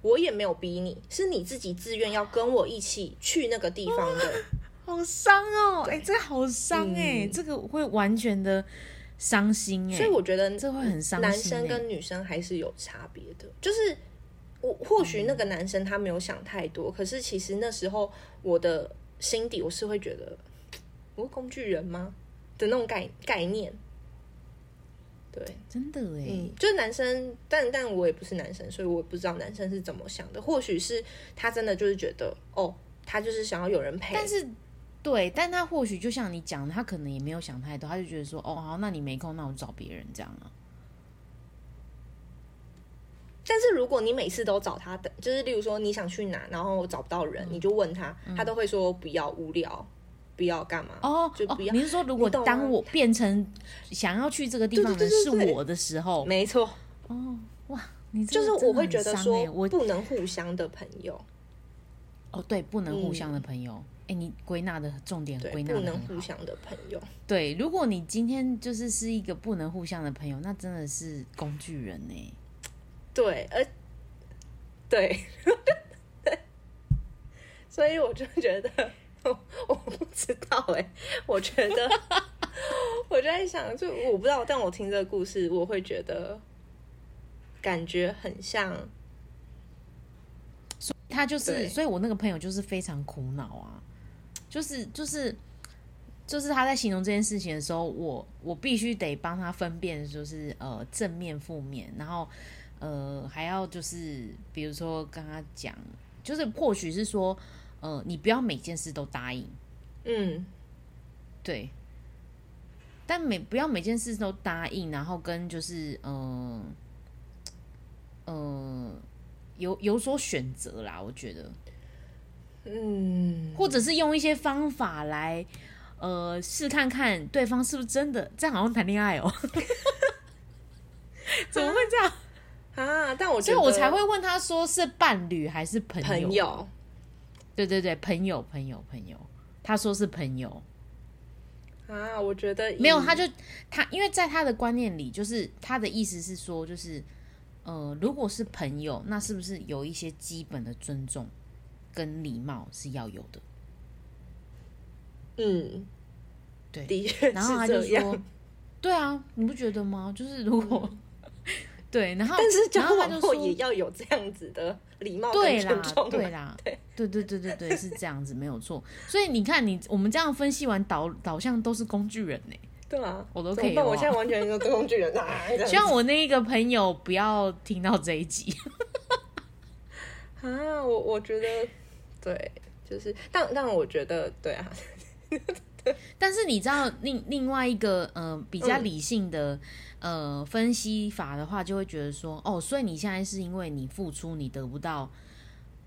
Speaker 2: 我也没有逼你，是你自己自愿要跟我一起去那个地方的。
Speaker 1: 好伤哦，哎、这好伤哎、
Speaker 2: 嗯
Speaker 1: 这个会完全的伤心哎、
Speaker 2: 所以我觉得
Speaker 1: 这会很伤心、欸。
Speaker 2: 男生跟女生还是有差别的，就是我或
Speaker 1: 嗯
Speaker 2: 许那个男生他没有想太多，可是其实那时候我的心底我是会觉得，我是工具人吗的那种概概念。对，
Speaker 1: 真的哎、
Speaker 2: 嗯，就是男生，但但我也不是男生，所以我也不知道男生是怎么想的。或许是他真的就是觉得，哦，他就是想要有人陪，
Speaker 1: 但是对，但他或许就像你讲的，他可能也没有想太多，他就觉得说，哦，好，那你没空，那我找别人这样啊。
Speaker 2: 但是如果你每次都找他的，就是例如说你想去哪，然后找不到人，
Speaker 1: 嗯
Speaker 2: 你就问他，他都会说不要无聊，不要干嘛。
Speaker 1: 哦，
Speaker 2: 就
Speaker 1: 哦
Speaker 2: 不要
Speaker 1: 你是说，如果
Speaker 2: 你懂吗啊
Speaker 1: 当我变成想要去这个地方的
Speaker 2: 对
Speaker 1: 人
Speaker 2: 对
Speaker 1: 是
Speaker 2: 对对对
Speaker 1: 我的时候，
Speaker 2: 没错，
Speaker 1: 哦，哇，你这
Speaker 2: 就
Speaker 1: 个
Speaker 2: 是
Speaker 1: 真的
Speaker 2: 我会
Speaker 1: 很
Speaker 2: 觉得
Speaker 1: 伤
Speaker 2: 说
Speaker 1: 欸我
Speaker 2: 不能互相的朋友，
Speaker 1: 哦，对，不能互
Speaker 2: 嗯
Speaker 1: 相的朋友。哎、你归纳的重点
Speaker 2: 对，
Speaker 1: 归纳
Speaker 2: 不
Speaker 1: 的
Speaker 2: 能
Speaker 1: 很好
Speaker 2: 互。相的朋友。
Speaker 1: 对，如果你今天就是是一个不能互相的朋友，那真的是工具人呢、欸
Speaker 2: 对，而对， 所以我就觉得， 我我不知道哎、我觉得， 我就在想，就我不知道，但我听这个故事，我会觉得感觉很像，
Speaker 1: 他就是，
Speaker 2: 对
Speaker 1: 所以我那个朋友就是非常苦恼啊，就是就是就是他在形容这件事情的时候，我我必须得帮他分辨，就是呃正面负面，然后呃还要就是比如说跟他讲，就是或许是说呃你不要每件事都答应，
Speaker 2: 嗯，
Speaker 1: 对，但每不要每件事都答应，然后跟就是嗯嗯、呃有有所选择啦，我觉得。
Speaker 2: 嗯，
Speaker 1: 或者是用一些方法来，呃，试看看对方是不是真的。这样好像谈恋爱哦， 怎么会这样？
Speaker 2: 啊，但我觉
Speaker 1: 所以
Speaker 2: 得
Speaker 1: 我才会问他说是伴侣还是朋友？
Speaker 2: 朋友，
Speaker 1: 对对对，朋友，朋友，朋友。他说是朋友，
Speaker 2: 啊，我觉得
Speaker 1: 没有，
Speaker 2: 以
Speaker 1: 他就他，因为在他的观念里，就是他的意思是说，就是呃，如果是朋友，那是不是有一些基本的尊重跟礼貌是要有的？
Speaker 2: 嗯，
Speaker 1: 对
Speaker 2: 的确
Speaker 1: 然后他
Speaker 2: 是
Speaker 1: 就
Speaker 2: 这
Speaker 1: 说
Speaker 2: 样，：“
Speaker 1: 对啊，你不觉得吗？就是如果、对，然后
Speaker 2: 嗯但是交
Speaker 1: 然后他
Speaker 2: 往
Speaker 1: 就
Speaker 2: 后
Speaker 1: 说
Speaker 2: 也要有这样子的礼貌跟
Speaker 1: 对
Speaker 2: 尊
Speaker 1: 啦，
Speaker 2: 重，啊
Speaker 1: 对啦，对对对对对，是这样子，没有错。所以你看你，我们这样分析完导导向都是工具人呢、
Speaker 2: 对啊，
Speaker 1: 我都
Speaker 2: 怎
Speaker 1: 可以
Speaker 2: 么办？
Speaker 1: 哦
Speaker 2: 我现在完全就是工具人 啊！这样
Speaker 1: 希望我那一个朋友不要听到这一集。
Speaker 2: 啊，我我觉得对，就是但但我觉得对啊，
Speaker 1: 但是你知道另另外一个呃比较
Speaker 2: 嗯
Speaker 1: 理性的、呃分析法的话，就会觉得说哦，所以你现在是因为你付出你得不到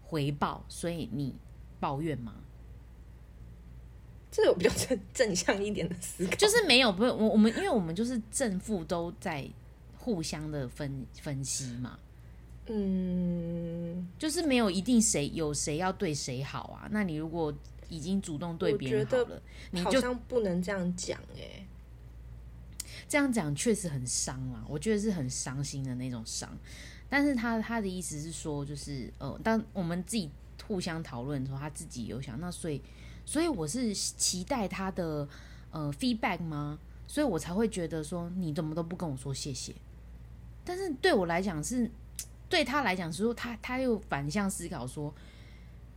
Speaker 1: 回报，所以你抱怨吗？
Speaker 2: 这有比较正正向一点的思考，
Speaker 1: 就是没有，不是我我们，因为我们就是正负都在互相的分分析嘛，
Speaker 2: 嗯，
Speaker 1: 就是没有一定谁有谁要对谁好啊。那你如果已经主动对
Speaker 2: 我
Speaker 1: 别人
Speaker 2: 觉
Speaker 1: 好
Speaker 2: 得
Speaker 1: 了，你
Speaker 2: 好
Speaker 1: 就
Speaker 2: 像不能这样讲哎、
Speaker 1: 这样讲确实很伤啊，我觉得是很伤心的那种伤。但是他他的意思是说，就是呃，当我们自己互相讨论的时候，他自己有想，那所以所以我是期待他的呃 feedback 吗？所以我才会觉得说你怎么都不跟我说谢谢。但是对我来讲是，对他来讲是说他他又反向思考说，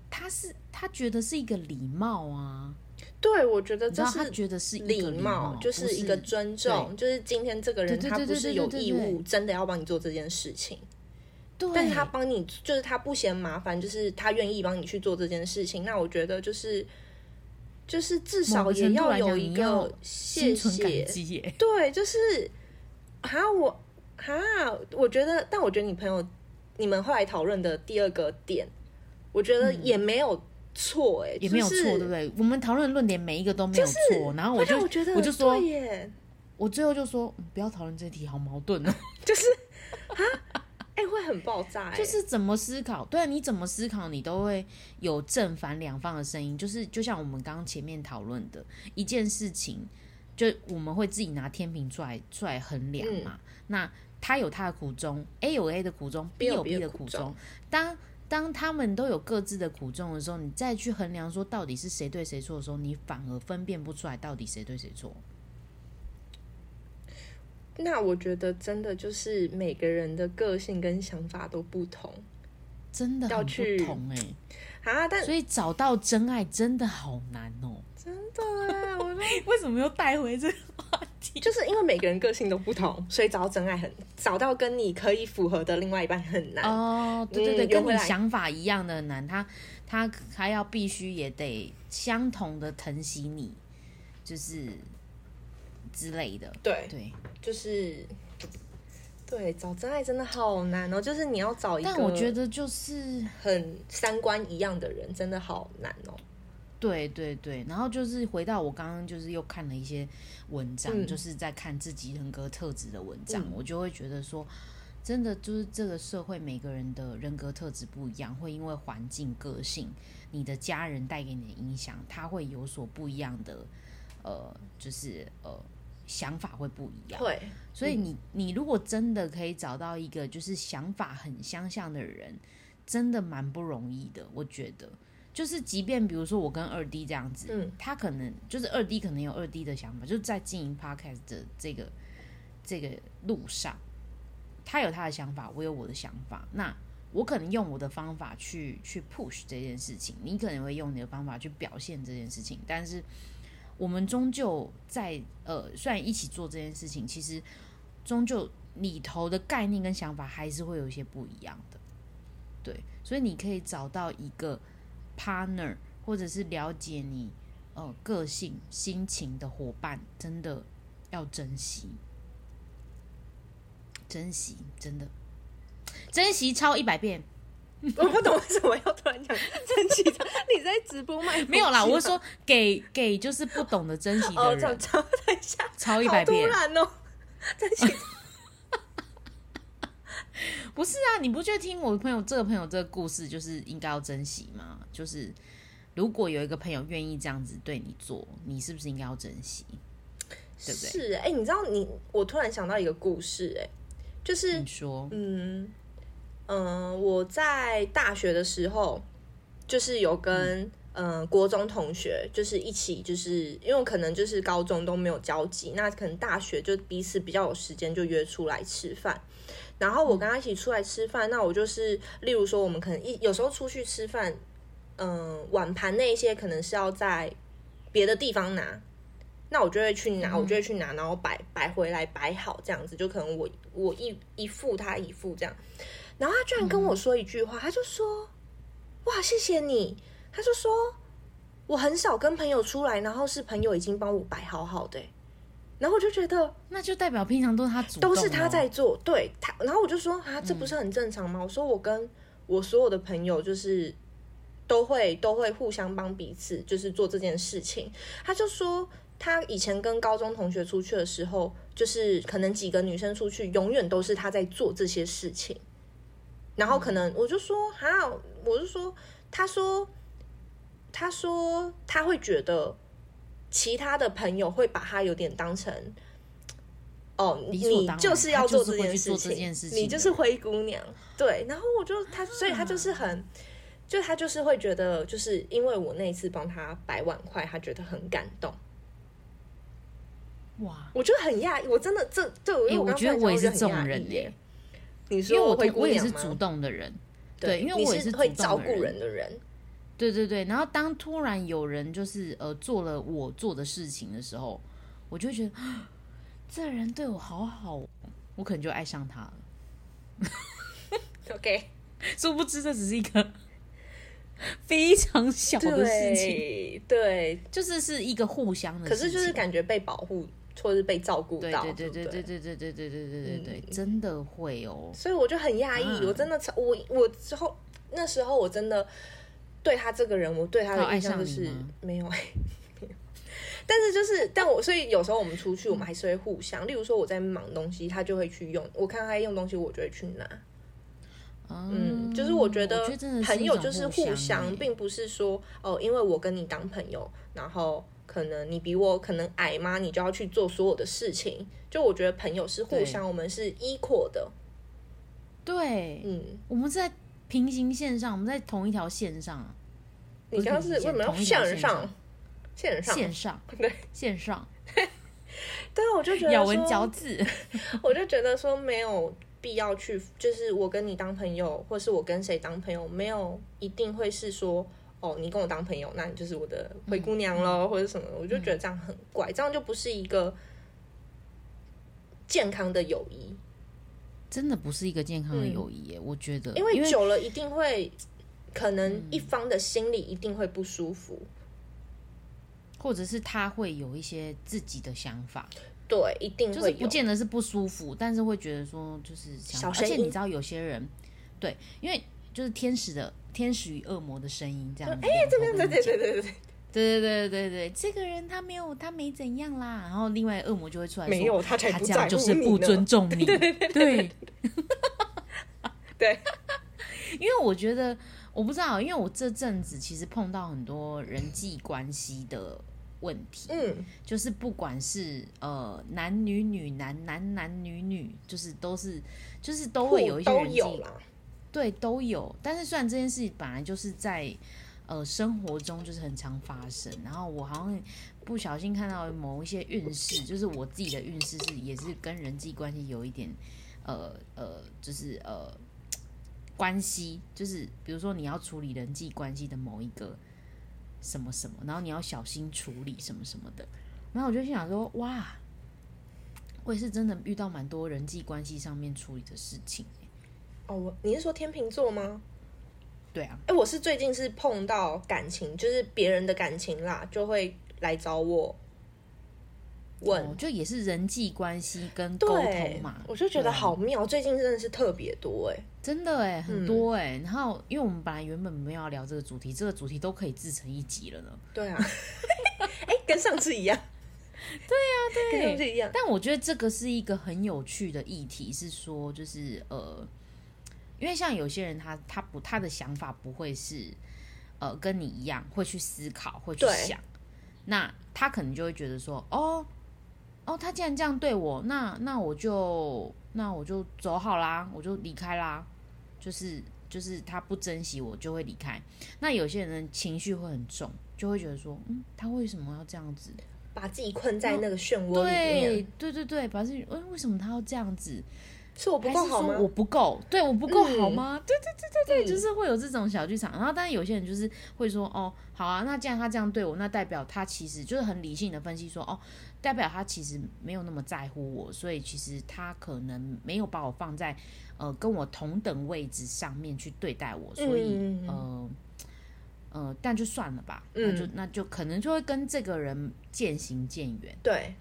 Speaker 1: 他是他觉得是一个礼貌啊，
Speaker 2: 对，我觉得
Speaker 1: 你知
Speaker 2: 呃这
Speaker 1: 道他
Speaker 2: 是
Speaker 1: 觉得是一个
Speaker 2: 礼
Speaker 1: 貌，
Speaker 2: 就
Speaker 1: 不
Speaker 2: 是一个尊重，就是今天这个人
Speaker 1: 对对
Speaker 2: 他
Speaker 1: 对
Speaker 2: 不
Speaker 1: 对
Speaker 2: 是
Speaker 1: 对
Speaker 2: 有
Speaker 1: 对
Speaker 2: 义
Speaker 1: 对
Speaker 2: 务真的要帮你做这件事情，
Speaker 1: 对，
Speaker 2: 但是他帮你，就是他不嫌麻烦，就是他愿意帮你去做这件事情。那我觉得就是，就是至少
Speaker 1: 某个
Speaker 2: 也
Speaker 1: 程度来
Speaker 2: 有
Speaker 1: 讲
Speaker 2: 一
Speaker 1: 你要
Speaker 2: 个谢
Speaker 1: 心存感
Speaker 2: 谢，
Speaker 1: 激耶。
Speaker 2: 对，就是啊我啊，我觉得，但我觉得你朋友你们后来讨论的第二个点，我觉得也没有错、哎、
Speaker 1: 嗯也没有
Speaker 2: 就是
Speaker 1: 错，对不对？我们讨论的论点每一个都没有错，然后
Speaker 2: 会
Speaker 1: 我就
Speaker 2: 让我觉得
Speaker 1: 我就说
Speaker 2: 对耶，
Speaker 1: 我最后就说、嗯不要讨论这题，好矛盾哦。
Speaker 2: 哎、会很爆炸、哎
Speaker 1: 就是怎么思考，对啊，你怎么思考，你都会有正反两方的声音。就是就像我们刚刚前面讨论的一件事情，就我们会自己拿天平出来出来衡量嘛。那他有他的苦衷，A 有 A 的苦衷，B
Speaker 2: 嗯有
Speaker 1: B
Speaker 2: 的
Speaker 1: 的
Speaker 2: 苦
Speaker 1: 苦
Speaker 2: 衷
Speaker 1: 衷。当当他们都有各自的苦衷的时候，你再去衡量说到底是谁对谁错的时候，你反而分辨不出来到底谁对谁错。
Speaker 2: 那我觉得真的就是每个人的个性跟想法都不同
Speaker 1: 真的
Speaker 2: 要
Speaker 1: 很
Speaker 2: 去
Speaker 1: 不同哎、
Speaker 2: 啊，但
Speaker 1: 所以找到真爱真的好难哦、
Speaker 2: 真的啊，我说
Speaker 1: 为什么又带回这个话题？
Speaker 2: 就是因为每个人个性都不同，所以找到真爱很找到跟你可以符合的另外一半很难。
Speaker 1: 哦，对对对，
Speaker 2: 嗯圆
Speaker 1: 跟
Speaker 2: 回
Speaker 1: 你
Speaker 2: 来
Speaker 1: 想法一样的很难，他他他要必须也得相同的疼惜你，就是之类的。
Speaker 2: 对，
Speaker 1: 对，
Speaker 2: 就是对找真爱真的好难哦，就是你要找一个
Speaker 1: 但我觉得就是
Speaker 2: 很三观一样的人，真的好难哦。
Speaker 1: 对对对，然后就是回到我刚刚就是又看了一些文章，
Speaker 2: 嗯
Speaker 1: 就是在看自己人格特质的文章，我就会觉得说，真的就是这个社会每个人的人格特质不一样，会因为环境、个性、你的家人带给你的影响，它会有所不一样的，呃，就是呃想法会不一样。
Speaker 2: 会，
Speaker 1: 所以你你如果真的可以找到一个就是想法很相像的人，真的蛮不容易的，我觉得。就是即便比如说我跟二 D 这样子，
Speaker 2: 嗯
Speaker 1: 他可能就是二 D 可能有二 D 的想法，就是在经营 Podcast 的这个这个路上，他有他的想法，我有我的想法，那我可能用我的方法去去 push 这件事情，你可能会用你的方法去表现这件事情，但是我们终究在呃，虽然一起做这件事情，其实终究里头的概念跟想法还是会有一些不一样的。对，所以你可以找到一个 partner，或者是了解你呃个性、心情的伙伴，真的要珍惜，珍惜，真的珍惜超一百遍。
Speaker 2: 我不懂为什么要突然 讲真奇的，你在直播卖
Speaker 1: 没有 啦，我
Speaker 2: 东
Speaker 1: 是
Speaker 2: 西吗
Speaker 1: 说给给就是不懂得珍惜
Speaker 2: 啊哦，
Speaker 1: 的
Speaker 2: 找
Speaker 1: 人，
Speaker 2: 找等一下，
Speaker 1: 超一
Speaker 2: 好
Speaker 1: 百
Speaker 2: 突
Speaker 1: 遍。
Speaker 2: 然哦，真奇
Speaker 1: 不是啊，你不觉得听我朋友这个朋友这个故事，就是应该要珍惜吗？就是如果有一个朋友愿意这样子对你做，你是不是应该要珍惜？对不对
Speaker 2: 是哎、你知道你，我突然想到一个故事、哎，就是
Speaker 1: 你说，
Speaker 2: 嗯嗯、呃我在大学的时候，就是有跟嗯、呃国中同学，就是一起，就是因为可能就是高中都没有交集，那可能大学就彼此比较有时间，就约出来吃饭。然后我
Speaker 1: 嗯
Speaker 2: 跟他一起出来吃饭，那我就是，例如说，我们可能一有时候出去吃饭，嗯、碗盘那一些可能是要在别的地方拿，那我就会去拿，我就会去拿，然后摆摆回来摆好这样子，就可能我我一一副他一副这样，然后他居然跟我说一句话，他就说：“哇，谢谢你。”他就说：“我很少跟朋友出来，然后是朋友已经帮我摆好好的欸、然后我就觉得
Speaker 1: 那就代表平常都是他主动、哦嗯
Speaker 2: 都是他在，做，对他，然后我就说啊，这不是很正常吗？我说我跟我所有的朋友就是都会都会互相帮彼此，就是做这件事情。他就说他以前跟高中同学出去的时候，就是可能几个女生出去，永远都是他在做这些事情。然
Speaker 1: 嗯
Speaker 2: 后可能我就说哈，我就说，他说，他说他会觉得其他的朋友会把他有点当成。哦，
Speaker 1: 理
Speaker 2: 你
Speaker 1: 所
Speaker 2: 你
Speaker 1: 当然
Speaker 2: 就是要
Speaker 1: 他就是
Speaker 2: 这
Speaker 1: 会
Speaker 2: 件
Speaker 1: 去
Speaker 2: 事
Speaker 1: 做这
Speaker 2: 情，
Speaker 1: 件事
Speaker 2: 你
Speaker 1: 情
Speaker 2: 就
Speaker 1: 的啊
Speaker 2: 是灰姑娘。对，然后我就他，所以他就是很，就他就是会觉得，就是因为我那一次帮他百万块，他觉得很感动。
Speaker 1: 哇，
Speaker 2: 我就很讶异，我真的这对我，因
Speaker 1: 哎
Speaker 2: 为我
Speaker 1: 我
Speaker 2: 刚
Speaker 1: 觉得
Speaker 2: 刚
Speaker 1: 我也
Speaker 2: 突然
Speaker 1: 是
Speaker 2: 想
Speaker 1: 这
Speaker 2: 我就
Speaker 1: 种
Speaker 2: 很
Speaker 1: 人
Speaker 2: 讶异
Speaker 1: 耶
Speaker 2: 耶。你
Speaker 1: 因为
Speaker 2: 说
Speaker 1: 我
Speaker 2: 灰
Speaker 1: 同
Speaker 2: 姑
Speaker 1: 我也
Speaker 2: 娘
Speaker 1: 是
Speaker 2: 吗
Speaker 1: 主动的人，对因为
Speaker 2: 你
Speaker 1: 我也
Speaker 2: 是
Speaker 1: 是
Speaker 2: 会
Speaker 1: 主动
Speaker 2: 照
Speaker 1: 的
Speaker 2: 顾
Speaker 1: 人
Speaker 2: 人的人，
Speaker 1: 对对对。然后当突然有人就是呃做了我做的事情的时候，我就会觉得啊这人对我好好哦，我可能就爱上他了。
Speaker 2: OK，
Speaker 1: 殊不知这只是一个 非常小的事情，
Speaker 2: 对对，
Speaker 1: 就是是一个互相的
Speaker 2: 可
Speaker 1: 事情。
Speaker 2: 是就是感觉被保护或是被照顾
Speaker 1: 对
Speaker 2: 到，
Speaker 1: 对对对
Speaker 2: 对不
Speaker 1: 对对对对对对对对对，
Speaker 2: 嗯
Speaker 1: 真的会哦。
Speaker 2: 所以我就很讶异，
Speaker 1: 啊
Speaker 2: 我真的超我我之后那时候我真的对他这个人，我对他
Speaker 1: 他有
Speaker 2: 的印
Speaker 1: 爱
Speaker 2: 象
Speaker 1: 上
Speaker 2: 就
Speaker 1: 你
Speaker 2: 是
Speaker 1: 吗
Speaker 2: 没 有。没有但是就是，但我所以有时候我们出去，我们还是会互相。例如说我在忙东西，他就会去用；我看他用东西，我就会去拿。嗯，
Speaker 1: 嗯
Speaker 2: 就是我觉得
Speaker 1: 我真的
Speaker 2: 朋友就是
Speaker 1: 互
Speaker 2: 互相，
Speaker 1: 欸
Speaker 2: 并不是说哦，因为我跟你当朋友，然后可能你比我可能矮嘛，你就要去做所有的事情。就我觉得朋友是互
Speaker 1: 对
Speaker 2: 相，我们是 equal 的。
Speaker 1: 对，
Speaker 2: 嗯，
Speaker 1: 我们是在平行线上，我们在同一条线上啊，
Speaker 2: 你刚刚是为
Speaker 1: 不是
Speaker 2: 什么要
Speaker 1: 同一条
Speaker 2: 线上？线上，
Speaker 1: 线上
Speaker 2: 对
Speaker 1: 线上
Speaker 2: 对啊，我就觉得
Speaker 1: 咬文
Speaker 2: 说
Speaker 1: 嚼字，
Speaker 2: 我就觉得说没有必要去，就是我跟你当朋友，或是我跟谁当朋友，没有一定会是说哦，你跟我当朋友，那你就是我的灰姑娘
Speaker 1: 嗯
Speaker 2: 喽，或者什么，我就觉得这样很怪，这样就不是一个健康的友谊，
Speaker 1: 真的不是一个健康的友谊耶，我觉得，
Speaker 2: 嗯因
Speaker 1: 为嗯
Speaker 2: 为久了一定会。可能一方的心里一定会不舒服，
Speaker 1: 或者是他会有一些自己的想法，
Speaker 2: 对，一定
Speaker 1: 就是
Speaker 2: 会
Speaker 1: 不
Speaker 2: 有。
Speaker 1: 见得是不舒服，但是会觉得说就是想
Speaker 2: 小
Speaker 1: 法，
Speaker 2: 声
Speaker 1: 而且你
Speaker 2: 音
Speaker 1: 知道有些人对，因为就是天使的天使与恶魔的声音这样子，哎、
Speaker 2: 对对对对对对
Speaker 1: 对
Speaker 2: 对，
Speaker 1: 对对对对，这个人他没有他没怎样啦，然后另外恶魔就会出来说
Speaker 2: 没有他才
Speaker 1: 他
Speaker 2: 不
Speaker 1: 这
Speaker 2: 在
Speaker 1: 样
Speaker 2: 乎
Speaker 1: 就是不
Speaker 2: 你呢
Speaker 1: 尊 重你， 对
Speaker 2: 对，
Speaker 1: 因为我觉得我不知道，因为我这阵子其实碰到很多人际关系的问题，
Speaker 2: 嗯，
Speaker 1: 就是不管是呃男女女男男男女女，就是都是就是都会有一些
Speaker 2: 都
Speaker 1: 人际
Speaker 2: 有啦，
Speaker 1: 对，都有。但是虽然这件事本来就是在呃生活中就是很常发生，然后我好像不小心看到某一些运势，就是我自己的运势是也是跟人际关系有一点呃呃，就是呃关系，就是比如说你要处理人际关系的某一个什么什么，然后你要小心处理什么什么的。然后我就心想说，哇，我也是真的遇到蛮多人际关系上面处理的事情欸、
Speaker 2: 哦，我你是说天秤座吗？
Speaker 1: 对啊，
Speaker 2: 哎、我是最近是碰到感情，就是别人的感情啦，就会来找我问。
Speaker 1: 哦，就也是人际关系跟沟
Speaker 2: 对
Speaker 1: 通嘛，，
Speaker 2: 我就觉得
Speaker 1: 对啊
Speaker 2: 好妙，最近真的是特别多哎、
Speaker 1: 真的哎，很多哎。然后，因为我们本来原本没有要聊这个主题，这个主题都可以制成一集了呢。
Speaker 2: 对啊，哎、跟上次一样。
Speaker 1: 啊
Speaker 2: 对 呀、对，跟上次一样。
Speaker 1: 但我觉得这个是一个很有趣的议题，是说就是呃，因为像有些人他他不他的想法不会是呃跟你一样会去思考会去
Speaker 2: 对
Speaker 1: 想，那他可能就会觉得说哦哦他既然这样对我，那那我就那我就走好啦，我就离开啦，就是就是他不珍惜我就会离开。那有些人的情绪会很重，就会觉得说嗯他为什么要这样子？
Speaker 2: 把自己困在那个漩涡里
Speaker 1: 对
Speaker 2: 面，
Speaker 1: 对对对，把自己，嗯，为什么他要这样子？
Speaker 2: 是我不
Speaker 1: 还
Speaker 2: 够
Speaker 1: 是
Speaker 2: 好
Speaker 1: 说
Speaker 2: 吗？
Speaker 1: 我不够，对我不够好
Speaker 2: 嗯
Speaker 1: 吗？对对对对对，
Speaker 2: 嗯
Speaker 1: 就是会有这种小剧场。然后，但是有些人就是会说，哦，好啊，那既然他这样对我，那代表他其实就是很理性的分析说，哦，代表他其实没有那么在乎我，所以其实他可能没有把我放在呃跟我同等位置上面去对待我，所以、
Speaker 2: 嗯
Speaker 1: 呃。呃，但就算了吧，
Speaker 2: 嗯
Speaker 1: 那就那就可能就会跟这个人渐行渐远。
Speaker 2: 对，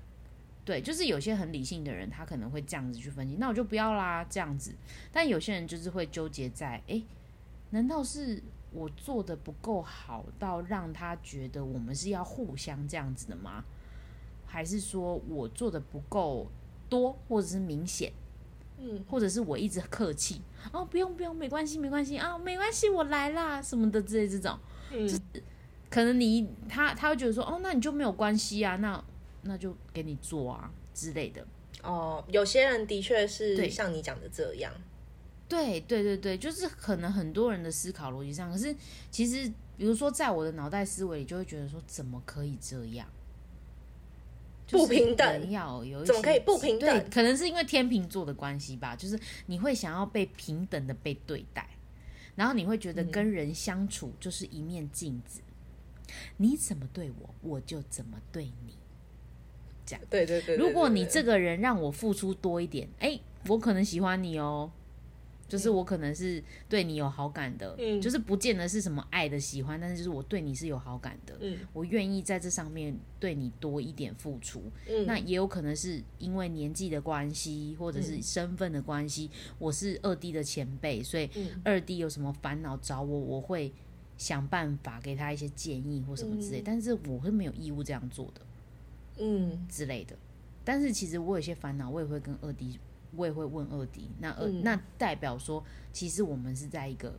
Speaker 1: 对，就是有些很理性的人，他可能会这样子去分析，那我就不要啦，这样子。但有些人就是会纠结在，诶，难道是我做的不够好，到让他觉得我们是要互相这样子的吗？还是说我做的不够多，或者是明显，
Speaker 2: 嗯，
Speaker 1: 或者是我一直客气，哦，不用不用，没关系没关系啊，没关系，我来啦什么的之类这种，
Speaker 2: 嗯，
Speaker 1: 可能你他他会觉得说，哦，那你就没有关系啊，那那就给你做啊之类的。
Speaker 2: 哦，有些人的确是
Speaker 1: 对
Speaker 2: 像你讲的这样，
Speaker 1: 对对对对，就是可能很多人的思考逻辑上，可是其实比如说在我的脑袋思维里，就会觉得说，怎么可以这样？就是
Speaker 2: 不平等
Speaker 1: 人要有一
Speaker 2: 怎么可以
Speaker 1: 些
Speaker 2: 不平
Speaker 1: 对，
Speaker 2: 等？
Speaker 1: 可能是因为天秤座的关系吧，就是你会想要被平等的被对待，然后你会觉得
Speaker 2: 嗯
Speaker 1: 跟人相处就是一面镜子，你怎么对我，我就怎么对你。
Speaker 2: 对对对对
Speaker 1: 如果你
Speaker 2: 对
Speaker 1: 这个人让我付出多一点，哎、我可能喜欢你哦，就是我可能是对你有好感的，
Speaker 2: 嗯
Speaker 1: 就是不见得是什么爱的喜欢，但是就是我对你是有好感的，
Speaker 2: 嗯
Speaker 1: 我愿意在这上面对你多一点付出。
Speaker 2: 嗯
Speaker 1: 那也有可能是因为年纪的关系，或者是
Speaker 2: 嗯
Speaker 1: 身份的关系，我是二弟的前辈，所以
Speaker 2: 嗯
Speaker 1: 二弟有什么烦恼找我，我会想办法给他一些建议或什么之类，
Speaker 2: 嗯
Speaker 1: 但是我是没有义务这样做的。
Speaker 2: 嗯
Speaker 1: 之类的。但是其实我有些烦恼，我也会跟二弟，我也会问二弟。那二、
Speaker 2: 嗯
Speaker 1: 那代表说，其实我们是在一个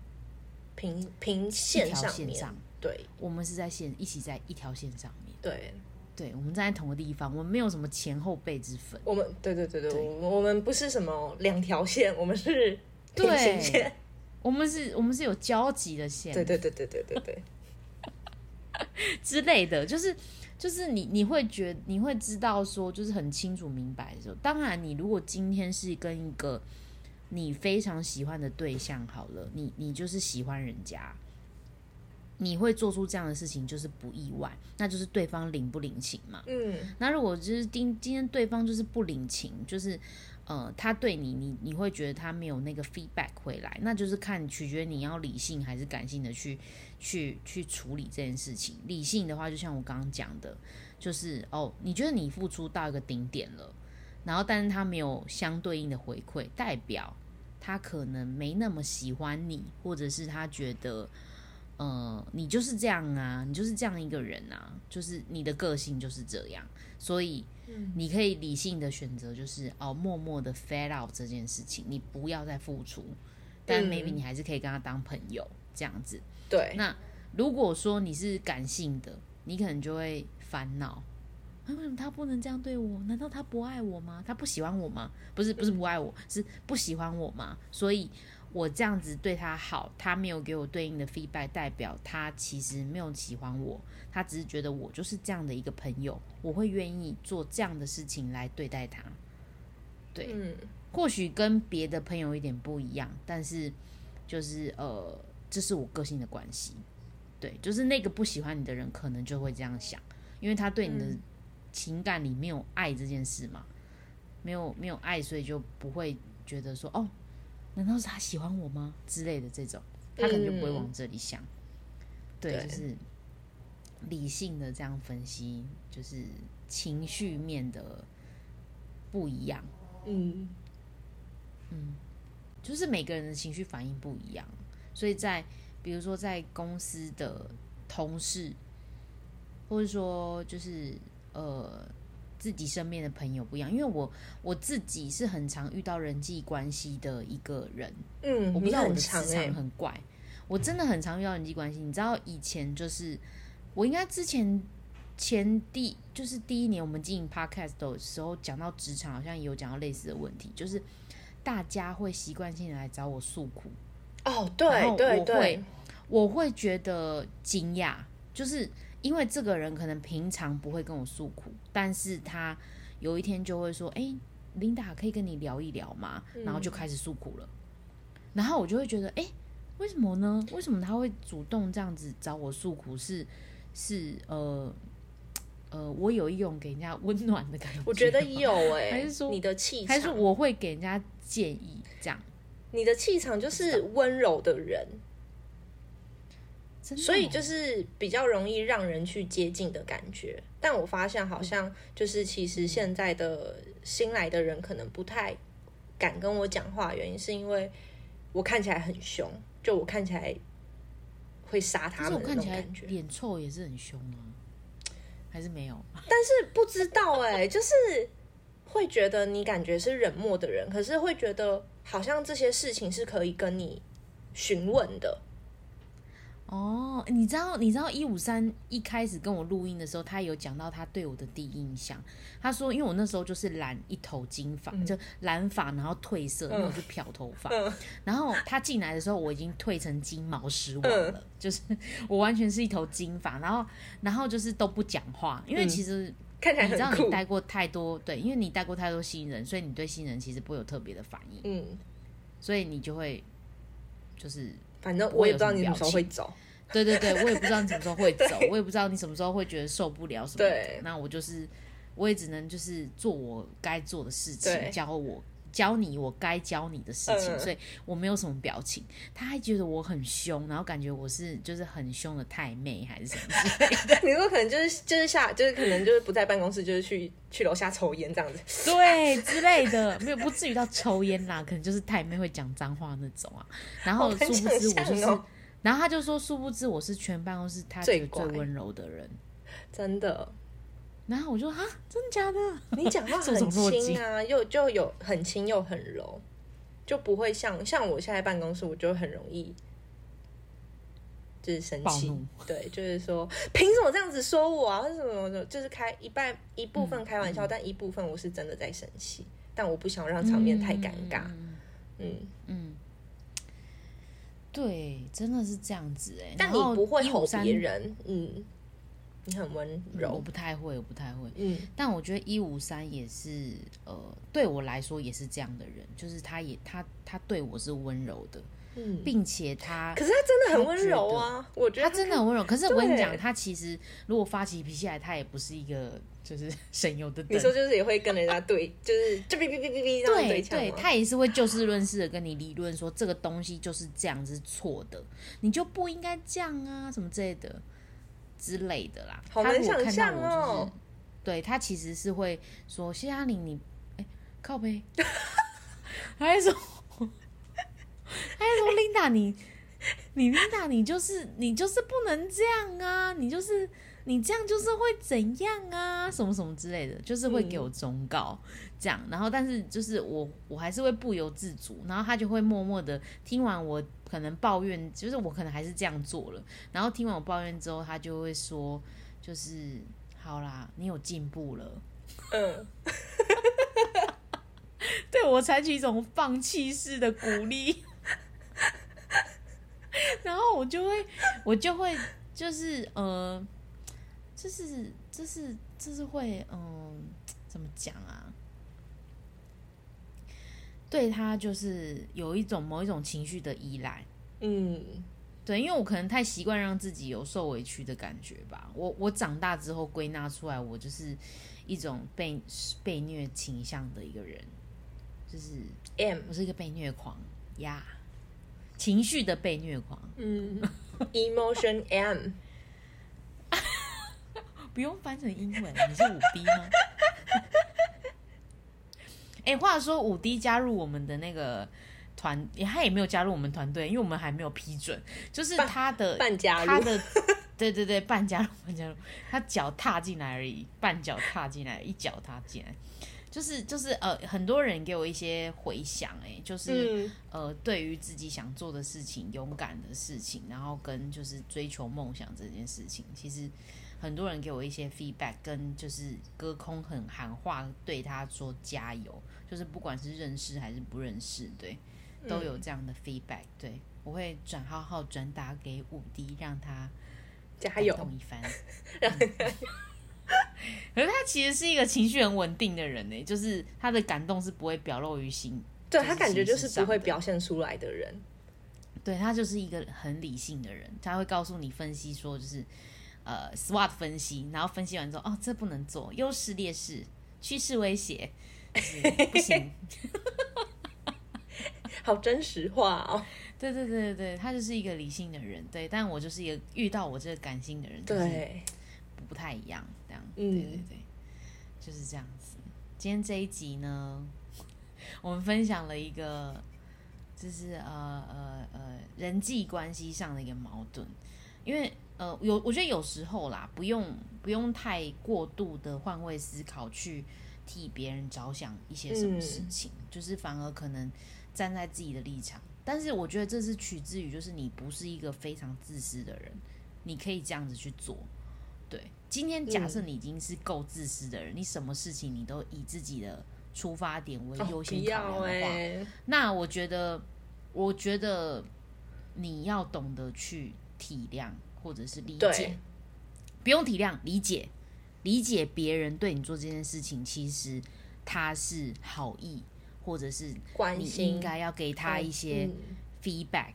Speaker 2: 平平
Speaker 1: 一
Speaker 2: 线
Speaker 1: 条
Speaker 2: 上
Speaker 1: 线
Speaker 2: 面，
Speaker 1: 上，
Speaker 2: 对
Speaker 1: 我们是在线一起在一条线上面。
Speaker 2: 对，
Speaker 1: 对，我们站在同个地方，我们没有什么前后辈之分。
Speaker 2: 我们对对对对，
Speaker 1: 对
Speaker 2: 我们我们不是什么两条线，我们是平行线，
Speaker 1: 我们是，我们是有交集的线
Speaker 2: 对对对对对 对对，
Speaker 1: 之类的，就是就是你你会觉你会知道说，就是很清楚明白的时候。当然，你如果今天是跟一个你非常喜欢的对象好了，你你就是喜欢人家，你会做出这样的事情就是不意外，那就是对方领不领情嘛。
Speaker 2: 嗯
Speaker 1: 那如果就是今今天对方就是不领情，就是呃他对你，你你会觉得他没有那个 feedback 回来，那就是看取决你要理性还是感性的去去去处理这件事情。理性的话，就像我刚刚讲的，就是哦，你觉得你付出到一个顶点了，然后但是他没有相对应的回馈，代表他可能没那么喜欢你，或者是他觉得。呃，你就是这样啊，你就是这样一个人啊，就是你的个性就是这样，所以你可以理性的选择，就是哦，默默的 fade out 这件事情，你不要再付出，但
Speaker 2: 嗯
Speaker 1: maybe 你还是可以跟他当朋友这样子。
Speaker 2: 对，
Speaker 1: 那如果说你是感性的，你可能就会烦恼。啊为什么他不能这样对我？难道他不爱我吗？他不喜欢我吗？不是，不是不爱我，是不喜欢我吗？所以我这样子对他好，他没有给我对应的 feedback，代表他其实没有喜欢我，他只是觉得我就是这样的一个朋友，我会愿意做这样的事情来对待他。对，
Speaker 2: 嗯
Speaker 1: 或许跟别的朋友一点不一样，但是就是呃，这是我个性的关系。对，就是那个不喜欢你的人可能就会这样想，因为他对你的
Speaker 2: 嗯
Speaker 1: 情感里没有爱这件事嘛，没有没有爱，所以就不会觉得说哦，难道是他喜欢我吗之类的这种，他可能就不会
Speaker 2: 嗯
Speaker 1: 往这里想。对，
Speaker 2: 对
Speaker 1: 就是理性的这样分析，就是情绪面的不一样。
Speaker 2: 嗯
Speaker 1: 就是每个人的情绪反应不一样，所以在比如说在公司的同事，或者说就是呃自己身边的朋友不一样，因为我我自己是很常遇到人际关系的一个人，
Speaker 2: 嗯，
Speaker 1: 我不知道
Speaker 2: 你
Speaker 1: 我
Speaker 2: 很
Speaker 1: 的
Speaker 2: 长
Speaker 1: 磁
Speaker 2: 哎、
Speaker 1: 场很怪，我真的很常遇到人际关系。你知道以前就是我应该之前前第就是第一年我们经营 podcast 的时候讲到职场，好像也有讲到类似的问题，就是大家会习惯性地来找我诉苦，
Speaker 2: 哦，
Speaker 1: 然
Speaker 2: 对
Speaker 1: 后
Speaker 2: 对
Speaker 1: 我
Speaker 2: 对
Speaker 1: 会，我会觉得惊讶，就是因为这个人可能平常不会跟我诉苦，但是他有一天就会说：“哎、琳达可以跟你聊一聊吗？”
Speaker 2: 嗯
Speaker 1: 然后就开始诉苦了。然后我就会觉得：“哎、为什么呢？为什么他会主动这样子找我诉苦？是是呃呃，我有一种给人家温暖的感觉吗，
Speaker 2: 我觉得有哎、
Speaker 1: 还是说
Speaker 2: 你的气
Speaker 1: 还是
Speaker 2: 场，
Speaker 1: 我会给人家建议这样。”
Speaker 2: 你的气场就是温柔的人，
Speaker 1: 真的
Speaker 2: 所以
Speaker 1: 哦
Speaker 2: 就是比较容易让人去接近的感觉。但我发现
Speaker 1: 嗯
Speaker 2: 好像就是其实现在的新来的人可能不太敢跟我讲话，原因是因为我看起来很凶，就我看起来会杀
Speaker 1: 可
Speaker 2: 他
Speaker 1: 是我
Speaker 2: 们的那
Speaker 1: 看
Speaker 2: 种
Speaker 1: 起来
Speaker 2: 感觉。
Speaker 1: 脸臭也是很凶啊，还是没有？
Speaker 2: 但是不知道哎、就是会觉得你感觉是冷漠的人，可是会觉得好像这些事情是可以跟你询问的。
Speaker 1: 哦，你知道，你知道一五三一开始跟我录音的时候，他有讲到他对我的第一印象。他说，因为我那时候就是染一头金发，就染发，然后褪色，然后就漂头发。然后他进来的时候，我已经褪成金毛狮王了，就是我完全是一头金发。然后，然后就是都不讲话，因为其实
Speaker 2: 看起来
Speaker 1: 你知道
Speaker 2: 很
Speaker 1: 你
Speaker 2: 酷，
Speaker 1: 待过太多，对，因为你待过太多新人，所以你对新人其实不会有特别的反应，
Speaker 2: 嗯，
Speaker 1: 所以你就会就是
Speaker 2: 反正
Speaker 1: 不
Speaker 2: 我
Speaker 1: 会
Speaker 2: 也
Speaker 1: 有
Speaker 2: 不知道
Speaker 1: 什么
Speaker 2: 你什么
Speaker 1: 表
Speaker 2: 时候
Speaker 1: 情
Speaker 2: 会走。
Speaker 1: 对对对，我也不知道你什么时候会走
Speaker 2: 对，
Speaker 1: 我也不知道你什么时候会觉得受不了什么的
Speaker 2: 对。
Speaker 1: 那我就是，我也只能就是做我该做的事
Speaker 2: 对
Speaker 1: 情，教我教你我该教你的事情，
Speaker 2: 嗯
Speaker 1: 所以我没有什么表情。他还觉得我很凶，然后感觉我是就是很凶的太妹还是什么之类的。
Speaker 2: 你说可能就是就是下就是可能就是不在办公室，就是去去楼下抽烟这样子。
Speaker 1: 对 之类的，没有不至于到抽烟啦，可能就是太妹会讲脏话那种啊。然后
Speaker 2: 好
Speaker 1: 殊
Speaker 2: 难
Speaker 1: 不
Speaker 2: 想
Speaker 1: 知我
Speaker 2: 象
Speaker 1: 就是，
Speaker 2: 哦
Speaker 1: 然后他就说，殊不知我是全办公室他
Speaker 2: 最
Speaker 1: 觉得最
Speaker 2: 乖
Speaker 1: 温柔的人。
Speaker 2: 真的，
Speaker 1: 然后我就啊，真的假的？
Speaker 2: 你讲话
Speaker 1: 这种
Speaker 2: 很
Speaker 1: 落
Speaker 2: 轻啊，又就有很轻又很柔，就不会像像我现在办公室，我就很容易就是生
Speaker 1: 暴
Speaker 2: 气
Speaker 1: 怒，
Speaker 2: 对，就是说凭什么这样子说我啊，或者什么什么，就是开一半一部
Speaker 1: 嗯
Speaker 2: 分开玩笑，但一部分我是真的在生气，但我不想让场面太尴尬，嗯，
Speaker 1: 嗯，对，真的是这样子哎、
Speaker 2: 但
Speaker 1: 然
Speaker 2: 你
Speaker 1: 后
Speaker 2: 不会吼
Speaker 1: 153
Speaker 2: 别人，嗯，你很温
Speaker 1: 嗯我
Speaker 2: 柔，
Speaker 1: 不太会，我不太会。
Speaker 2: 嗯
Speaker 1: 但我觉得一五三也是，呃，对我来说也是这样的人，就是他也他他对我是温柔的，
Speaker 2: 嗯，
Speaker 1: 并且他
Speaker 2: 可是他真的很
Speaker 1: 他
Speaker 2: 温
Speaker 1: 觉
Speaker 2: 柔
Speaker 1: 得
Speaker 2: 啊，我觉得
Speaker 1: 他真的很温柔。可是我跟你讲，
Speaker 2: 对
Speaker 1: 他其实如果发起脾气来，他也不是一个就是 省油的
Speaker 2: 你
Speaker 1: 灯。
Speaker 2: 说就是也会跟人家对，就是就哔哔哔哔哔这样
Speaker 1: 对
Speaker 2: 呛
Speaker 1: 对，
Speaker 2: 吗？
Speaker 1: 他也是会就事论事的跟你理论说这个东西就是这样是错的，你就不应该这样啊，什么之类的之类的啦。
Speaker 2: 好
Speaker 1: 他
Speaker 2: 难
Speaker 1: 如果
Speaker 2: 想
Speaker 1: 看
Speaker 2: 象
Speaker 1: 到我就是，
Speaker 2: 哦
Speaker 1: 对他其实是会说谢嘉玲你，哎、靠 背，他还说，他还哎说琳达你。你琳达，你就是你就是不能这样啊！你就是你这样就是会怎样啊？什么什么之类的，就是会给我忠告、这样。然后，但是就是我我还是会不由自主，然后他就会默默的听完我可能抱怨，就是我可能还是这样做了。然后听完我抱怨之后，他就会说，就是好啦，你有进步了。
Speaker 2: 嗯，
Speaker 1: 对我采取一种放弃式的鼓励， 然后我就会，我就会，就是呃，就是就是就是会，嗯、怎么讲啊？对他就是有一种某一种情绪的依赖，
Speaker 2: 嗯，
Speaker 1: 对，因为我可能太习惯让自己有受委屈的感觉吧。我我长大之后归纳出来，我就是一种被被虐倾向的一个人，就是
Speaker 2: ，M，
Speaker 1: 我是一个被虐狂呀情绪的被虐狂，
Speaker 2: 嗯，Emotion M，
Speaker 1: 不用翻成英文，你是五 D 吗？ 哎、话说五 D 加入我们的那个团，他也没有加入我们团队，因为我们还没有批准，就是他的
Speaker 2: 半加
Speaker 1: 他
Speaker 2: 入，
Speaker 1: 的 对对对，半加入半加入，他脚踏进来而已，半脚踏进来，一脚踏进来，就是就是呃，很多人给我一些回响，哎，就是、
Speaker 2: 嗯
Speaker 1: 呃，对于自己想做的事情、勇敢的事情，然后跟就是追求梦想这件事情，其实很多人给我一些 feedback，跟就是隔空很喊话对他说加油，就是不管是认识还是不认识，对，都有这样的 feedback，、对我会转浩浩转达给五 D，让他
Speaker 2: 加
Speaker 1: 感
Speaker 2: 油，
Speaker 1: 动一番。嗯可是他其实是一个情绪很稳定的人呢，就是他的感动是不会表露于心，
Speaker 2: 对
Speaker 1: 就是
Speaker 2: 他感觉就是
Speaker 1: 形式上
Speaker 2: 不会
Speaker 1: 的
Speaker 2: 表现出来的人，
Speaker 1: 对他就是一个很理性的人，他会告诉你分析说就是呃 SWOT 分析，然后分析完之后哦这不能做，优势劣势，趋势威胁，就是不行。
Speaker 2: 好真实话哦，
Speaker 1: 对对对对对，他就是一个理性的人，对，但我就是一个遇到我这个感性的人，就是
Speaker 2: 对，
Speaker 1: 不不太一样，这样，对
Speaker 2: 嗯
Speaker 1: 对对，就是这样子。今天这一集呢， 我们分享了一个，就是呃呃呃人际关系上的一个矛盾，因为呃有我觉得有时候啦，不用不用太过度的换位思考去替别人着想一些什么事情，就是反而可能站在自己的立场。但是我觉得这是取之于，就是你不是一个非常自私的人，你可以这样子去做。对，今天假设你已经是够自私的人，你什么事情你都以自己的出发点为优
Speaker 2: 哦不
Speaker 1: 先考量的
Speaker 2: 要
Speaker 1: 话，
Speaker 2: 哎、
Speaker 1: 那我觉得，我觉得你要懂得去体谅或者是理解
Speaker 2: 对，
Speaker 1: 不用体谅，理解理解别人对你做这件事情，其实他是好意，或者是
Speaker 2: 关
Speaker 1: 你
Speaker 2: 心
Speaker 1: 应该要给他一些
Speaker 2: 嗯
Speaker 1: feedback，、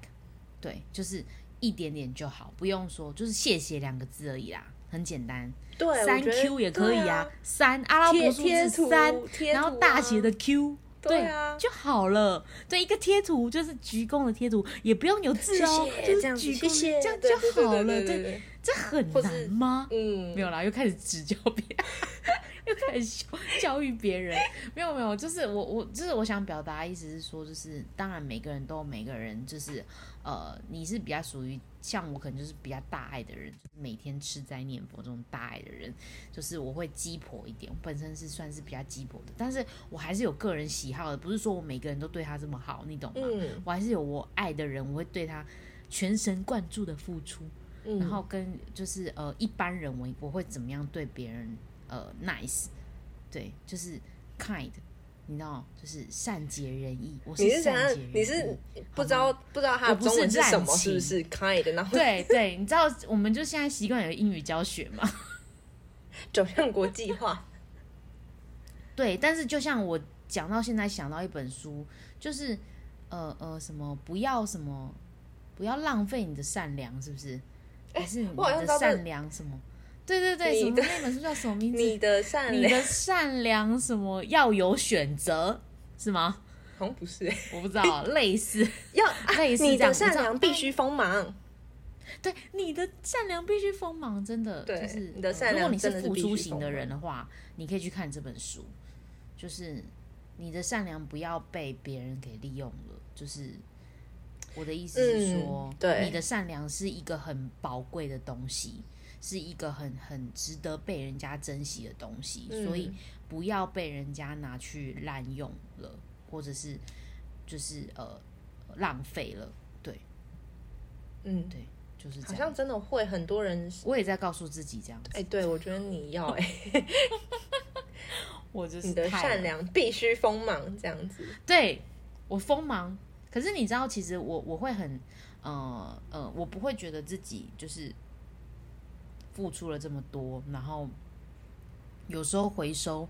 Speaker 1: 对，就是一点点就好，不用说就是谢谢两个字而已啦，很简单。
Speaker 2: 对我
Speaker 1: 三
Speaker 2: 觉得
Speaker 1: Q 也可以
Speaker 2: 对
Speaker 1: 啊
Speaker 2: 啊，
Speaker 1: 三阿拉伯
Speaker 2: 贴
Speaker 1: 数
Speaker 2: 贴
Speaker 1: 字
Speaker 2: 图
Speaker 1: 三，
Speaker 2: 贴
Speaker 1: 然后
Speaker 2: 图
Speaker 1: 大
Speaker 2: 啊
Speaker 1: 写的 Q，
Speaker 2: 对啊
Speaker 1: 就好了。对，一个贴图就是鞠躬的贴图，也不用有字哦，
Speaker 2: 谢
Speaker 1: 就
Speaker 2: 谢
Speaker 1: 是
Speaker 2: 这样子
Speaker 1: 鞠
Speaker 2: 谢
Speaker 1: 躬，
Speaker 2: 谢
Speaker 1: 这样
Speaker 2: 对
Speaker 1: 就
Speaker 2: 对对
Speaker 1: 好
Speaker 2: 对
Speaker 1: 了。
Speaker 2: 对对
Speaker 1: 对
Speaker 2: 对，
Speaker 1: 这很
Speaker 2: 或
Speaker 1: 难
Speaker 2: 是
Speaker 1: 吗？
Speaker 2: 嗯
Speaker 1: 没有啦，又开始指教别人， 又开始教教育别人。没有没有，就是我我就是我想表达的意思是说，就是当然每个人都有每个人，就是呃，你是比较属于像我可能就是比较大爱的人，就是每天吃斋念佛这种大爱的人，就是我会鸡婆一点，我本身是算是比较鸡婆的，但是我还是有个人喜好的，不是说我每个人都对他这么好，你懂吗？
Speaker 2: 嗯
Speaker 1: 我还是有我爱的人，我会对他全神贯注的付出。
Speaker 2: 嗯，
Speaker 1: 然后跟就是呃一般人我我会怎么样对别人呃 nice，对，就是 kind，你知道，就是善解人意。我
Speaker 2: 你是怎
Speaker 1: 善
Speaker 2: 样
Speaker 1: 解人？意，
Speaker 2: 你 是不知
Speaker 1: 嗯好
Speaker 2: 道不知道它
Speaker 1: 我
Speaker 2: 的
Speaker 1: 不
Speaker 2: 中文
Speaker 1: 是
Speaker 2: 是什
Speaker 1: 滥
Speaker 2: 么，是
Speaker 1: 情
Speaker 2: 不是 kind？然后
Speaker 1: 对对，你知道我们就现在习惯有英语教学嘛？
Speaker 2: 走向国际化，
Speaker 1: 对，但是就像我讲到现在想到一本书，就是呃呃什么不要什么不要浪费你的善良，是不是？还是你
Speaker 2: 哎我好像
Speaker 1: 的
Speaker 2: 知道这
Speaker 1: 善良什么？对对对，什
Speaker 2: 你
Speaker 1: 么
Speaker 2: 的
Speaker 1: 那本书叫什么 名字？
Speaker 2: 你的善
Speaker 1: 你
Speaker 2: 良
Speaker 1: 的善良什么要有选择是吗？
Speaker 2: 好像不是欸
Speaker 1: 我不知 道，啊类似
Speaker 2: 要啊
Speaker 1: 类似
Speaker 2: 你
Speaker 1: 这样
Speaker 2: 的
Speaker 1: 我知道
Speaker 2: 善良必须锋芒，
Speaker 1: 对你的善良必须锋芒，真的
Speaker 2: 对
Speaker 1: 就是
Speaker 2: 你的善良
Speaker 1: 如果你是
Speaker 2: 真的是
Speaker 1: 付
Speaker 2: 必须
Speaker 1: 出型
Speaker 2: 锋
Speaker 1: 的
Speaker 2: 芒
Speaker 1: 人的话，你可以去看这本书，就是你的善良不要被别人给利用了。就是我的意思是说，
Speaker 2: 嗯对
Speaker 1: 你的善良是一个很宝贵的东西，是一个很很值得被人家珍惜的东西，
Speaker 2: 嗯
Speaker 1: 所以不要被人家拿去滥用了，或者是就是呃浪费了。对
Speaker 2: 嗯，
Speaker 1: 对，就是这
Speaker 2: 好
Speaker 1: 样。
Speaker 2: 像真的会很多人是，
Speaker 1: 我也在告诉自己这样子，
Speaker 2: 哎，对我觉得你要哎，
Speaker 1: 我就是
Speaker 2: 你的
Speaker 1: 太
Speaker 2: 善良必须锋芒这样子，
Speaker 1: 对我锋芒。可是你知道，其实我我会很，呃呃，我不会觉得自己就是付出了这么多，然后有时候回收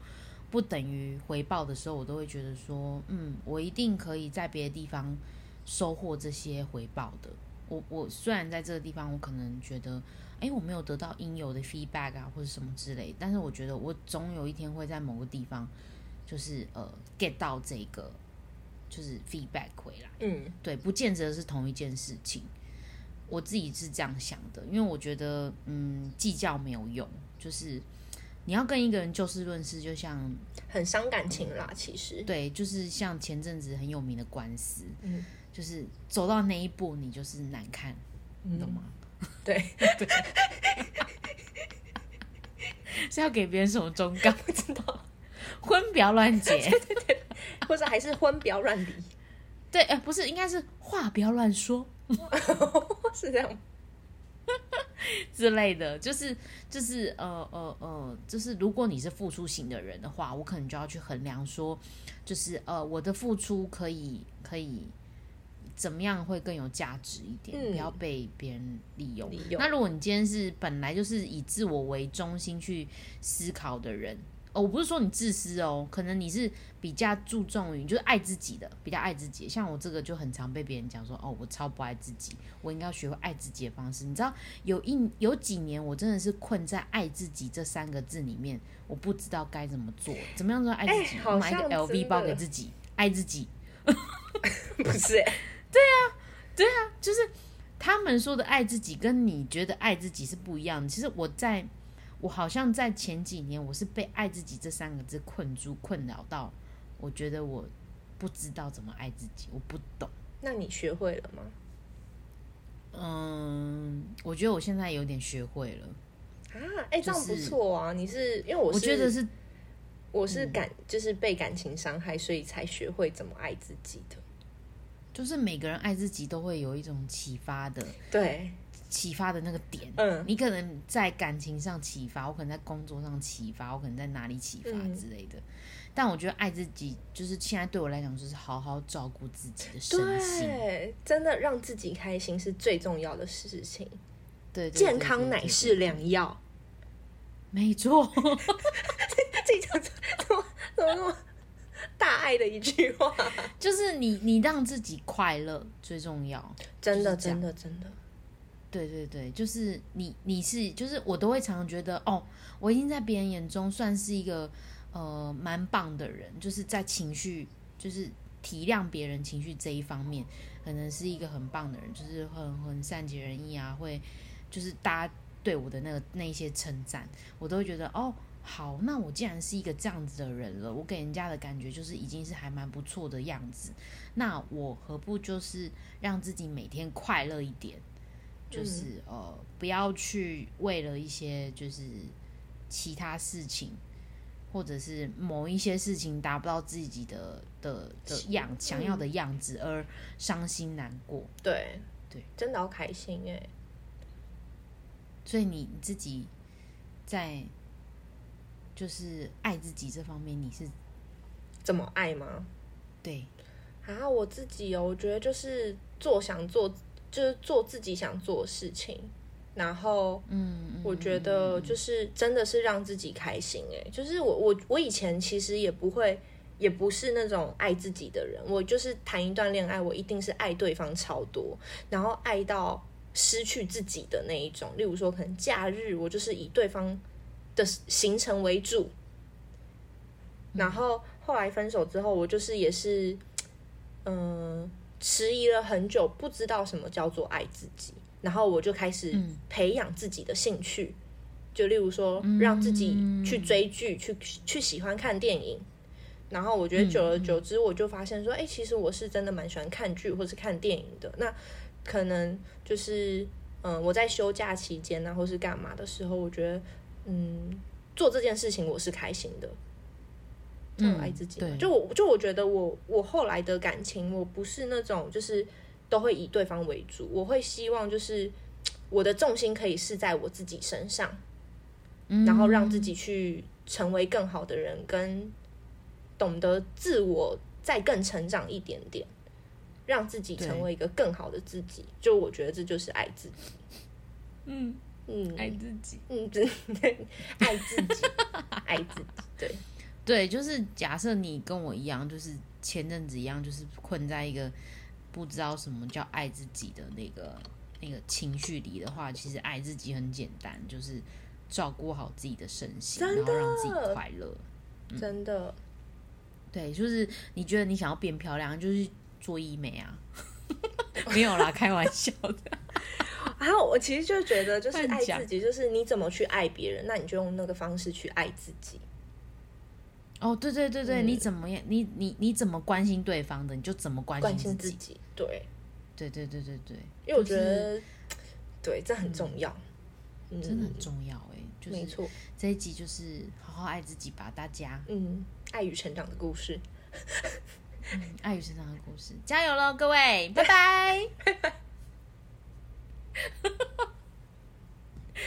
Speaker 1: 不等于回报的时候，我都会觉得说，嗯，我一定可以在别的地方收获这些回报的。我我虽然在这个地方，我可能觉得，哎，我没有得到应有的 feedback 啊，或者什么之类，但是我觉得我总有一天会在某个地方，就是呃 get 到这个就是 feedback 回来。
Speaker 2: 嗯
Speaker 1: 对，不见得是同一件事情。我自己是这样想的，因为我觉得，嗯，计较没有用，就是你要跟一个人就事论事，就像
Speaker 2: 很伤感情啦，其实，
Speaker 1: 对，就是像前阵子很有名的官司，
Speaker 2: 嗯
Speaker 1: 就是走到那一步，你就是难看，你懂吗？
Speaker 2: 对，
Speaker 1: 是要给别人什么忠告？ 不知道，婚不要乱结，
Speaker 2: 或者还是婚不要乱离，
Speaker 1: 对，哎、不是，应该是话不要乱说
Speaker 2: 是这样，
Speaker 1: 之类的，就是就是呃呃呃，就是如果你是付出型的人的话，我可能就要去衡量说，就是呃我的付出可以可以怎么样会更有价值一点，
Speaker 2: 嗯
Speaker 1: 不要被别人利用。
Speaker 2: 利用
Speaker 1: 那如果你今天是本来就是以自我为中心去思考的人。哦，我不是说你自私哦，可能你是比较注重于就是爱自己的，比较爱自己。像我这个就很常被别人讲说，哦，我超不爱自己，我应该要学会爱自己的方式。你知道有一有几年我真的是困在“爱自己”这三个字里面，我不知道该怎么做，怎么样做爱自己？
Speaker 2: 哎好
Speaker 1: 买一个
Speaker 2: 像真
Speaker 1: LV
Speaker 2: 的
Speaker 1: 包给自己，爱自己。
Speaker 2: 不是欸，
Speaker 1: 他们说的爱自己跟你觉得爱自己是不一样的。其实我在，我好像在前几年，我是被“爱自己”这三个字困住、困扰到，我觉得我不知道怎么爱自己，我不懂。
Speaker 2: 那你学会了吗？
Speaker 1: 嗯，我觉得我现在有点学会了，
Speaker 2: 啊，哎、这样
Speaker 1: 就
Speaker 2: 不
Speaker 1: 是
Speaker 2: 错啊！你是因为我
Speaker 1: 我
Speaker 2: 是
Speaker 1: 觉得是
Speaker 2: 我是感、就是被感情伤害，所以才学会怎么爱自己的。
Speaker 1: 就是每个人爱自己都会有一种启发的
Speaker 2: 对，
Speaker 1: 启发的那个点。
Speaker 2: 嗯，
Speaker 1: 你可能在感情上启发，我可能在工作上启发，我可能在哪里启发
Speaker 2: 嗯
Speaker 1: 之类的。但我觉得爱自己，就是现在对我来讲，就是好好照顾自己的身心，
Speaker 2: 对，真的让自己开心是最重要的事情，
Speaker 1: 对对对对
Speaker 2: 健康乃是良 药。
Speaker 1: 没错。
Speaker 2: 这讲怎么怎么那么大爱的一句话？
Speaker 1: 就是你你让自己快乐最重要。
Speaker 2: 真
Speaker 1: 就
Speaker 2: 的，
Speaker 1: 是这
Speaker 2: 真
Speaker 1: 样
Speaker 2: 的，真的，
Speaker 1: 对对对，就是你你是就是我都会常常觉得哦，我已经在别人眼中算是一个呃蛮棒的人，就是在情绪就是体谅别人情绪这一方面，可能是一个很棒的人，就是很很善解人意啊，会就是大家对我的那个那一些称赞，我都会觉得哦。好，那我既然是一个这样子的人了，我给人家的感觉就是已经是还蛮不错的样子，那我何不就是让自己每天快乐一点？
Speaker 2: 嗯
Speaker 1: 就是、呃，不要去为了一些就是其他事情，或者是某一些事情达不到自己的的的样想要
Speaker 2: 嗯
Speaker 1: 的样子而伤心难过。
Speaker 2: 对
Speaker 1: 对，
Speaker 2: 真的要开心哎、
Speaker 1: 所以你自己在就是爱自己这方面，你是
Speaker 2: 怎么爱吗？
Speaker 1: 对
Speaker 2: 啊，我自己哦，我觉得就是做想做，就是做自己想做的事情，然后
Speaker 1: 嗯，嗯
Speaker 2: 我觉得就是真的是让自己开心哎、就是我我我以前其实也不会，也不是那种爱自己的人，我就是谈一段恋爱，我一定是爱对方超多，然后爱到失去自己的那一种。例如说，可能假日我就是以对方的行程为主，
Speaker 1: 嗯
Speaker 2: 然后后来分手之后，我就是也是，嗯、迟疑了很久，不知道什么叫做爱自己，然后我就开始
Speaker 1: 嗯
Speaker 2: 培养自己的兴趣，就例如说让自己去追剧，去去喜欢看电影。然后我觉得久而久之，我就发现说，哎、其实我是真的蛮喜欢看剧或是看电影的。那可能就是，嗯、我在休假期间啊，或是干嘛的时候，我觉得，嗯，做这件事情我是开心的，这样爱自己嘛。
Speaker 1: 对
Speaker 2: 就我就我觉得我我后来的感情，我不是那种就是都会以对方为主，我会希望就是我的重心可以是在我自己身上，
Speaker 1: 嗯
Speaker 2: 然后让自己去成为更好的人，跟懂得自我再更成长一点点，让自己
Speaker 1: 对
Speaker 2: 成为一个更好的自己。就我觉得这就是爱自己。
Speaker 1: 嗯
Speaker 2: 嗯
Speaker 1: 爱自己。
Speaker 2: 嗯，真的 爱自己，爱自己，对，
Speaker 1: 对，就是假设你跟我一样，就是前阵子一样，就是困在一个不知道什么叫爱自己的那个那个情绪里的话，其实爱自己很简单，就是照顾好自己的身心，
Speaker 2: 真
Speaker 1: 然后让自己
Speaker 2: 的
Speaker 1: 快乐。嗯
Speaker 2: 真的。
Speaker 1: 对，就是你觉得你想要变漂亮，就是做医美啊。 没有啦，开玩笑的。
Speaker 2: 然后我其实就觉得，就是
Speaker 1: 嗯乱
Speaker 2: 爱
Speaker 1: 讲
Speaker 2: 自己，就是你怎么去爱别人，那你就用那个方式去爱自己。
Speaker 1: 哦，对对对对，
Speaker 2: 嗯
Speaker 1: 你怎么样？你你你怎么关心对方的，你就怎么关
Speaker 2: 关
Speaker 1: 心
Speaker 2: 心
Speaker 1: 自
Speaker 2: 自
Speaker 1: 己。
Speaker 2: 己，对，
Speaker 1: 对对对对对，
Speaker 2: 因为我
Speaker 1: 就
Speaker 2: 觉
Speaker 1: 是
Speaker 2: 得，对，这很重要，嗯，
Speaker 1: 真的很重要哎、就是
Speaker 2: 没错，
Speaker 1: 这一集就是好好爱自己吧，大家。
Speaker 2: 嗯，爱与成长的故事，
Speaker 1: 嗯，爱与成长的故事，加油喽，各位，拜 拜。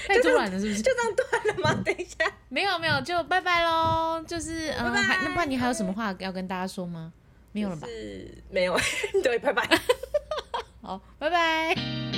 Speaker 1: 太突然了，是不是？
Speaker 2: 就这样断了吗？等一下，
Speaker 1: 没有没有，就拜拜喽。就是嗯，
Speaker 2: 拜
Speaker 1: 还那不然你还有什么话要跟大家说吗？没有了吧？
Speaker 2: 是没有，对，拜拜。
Speaker 1: 哦好，拜拜。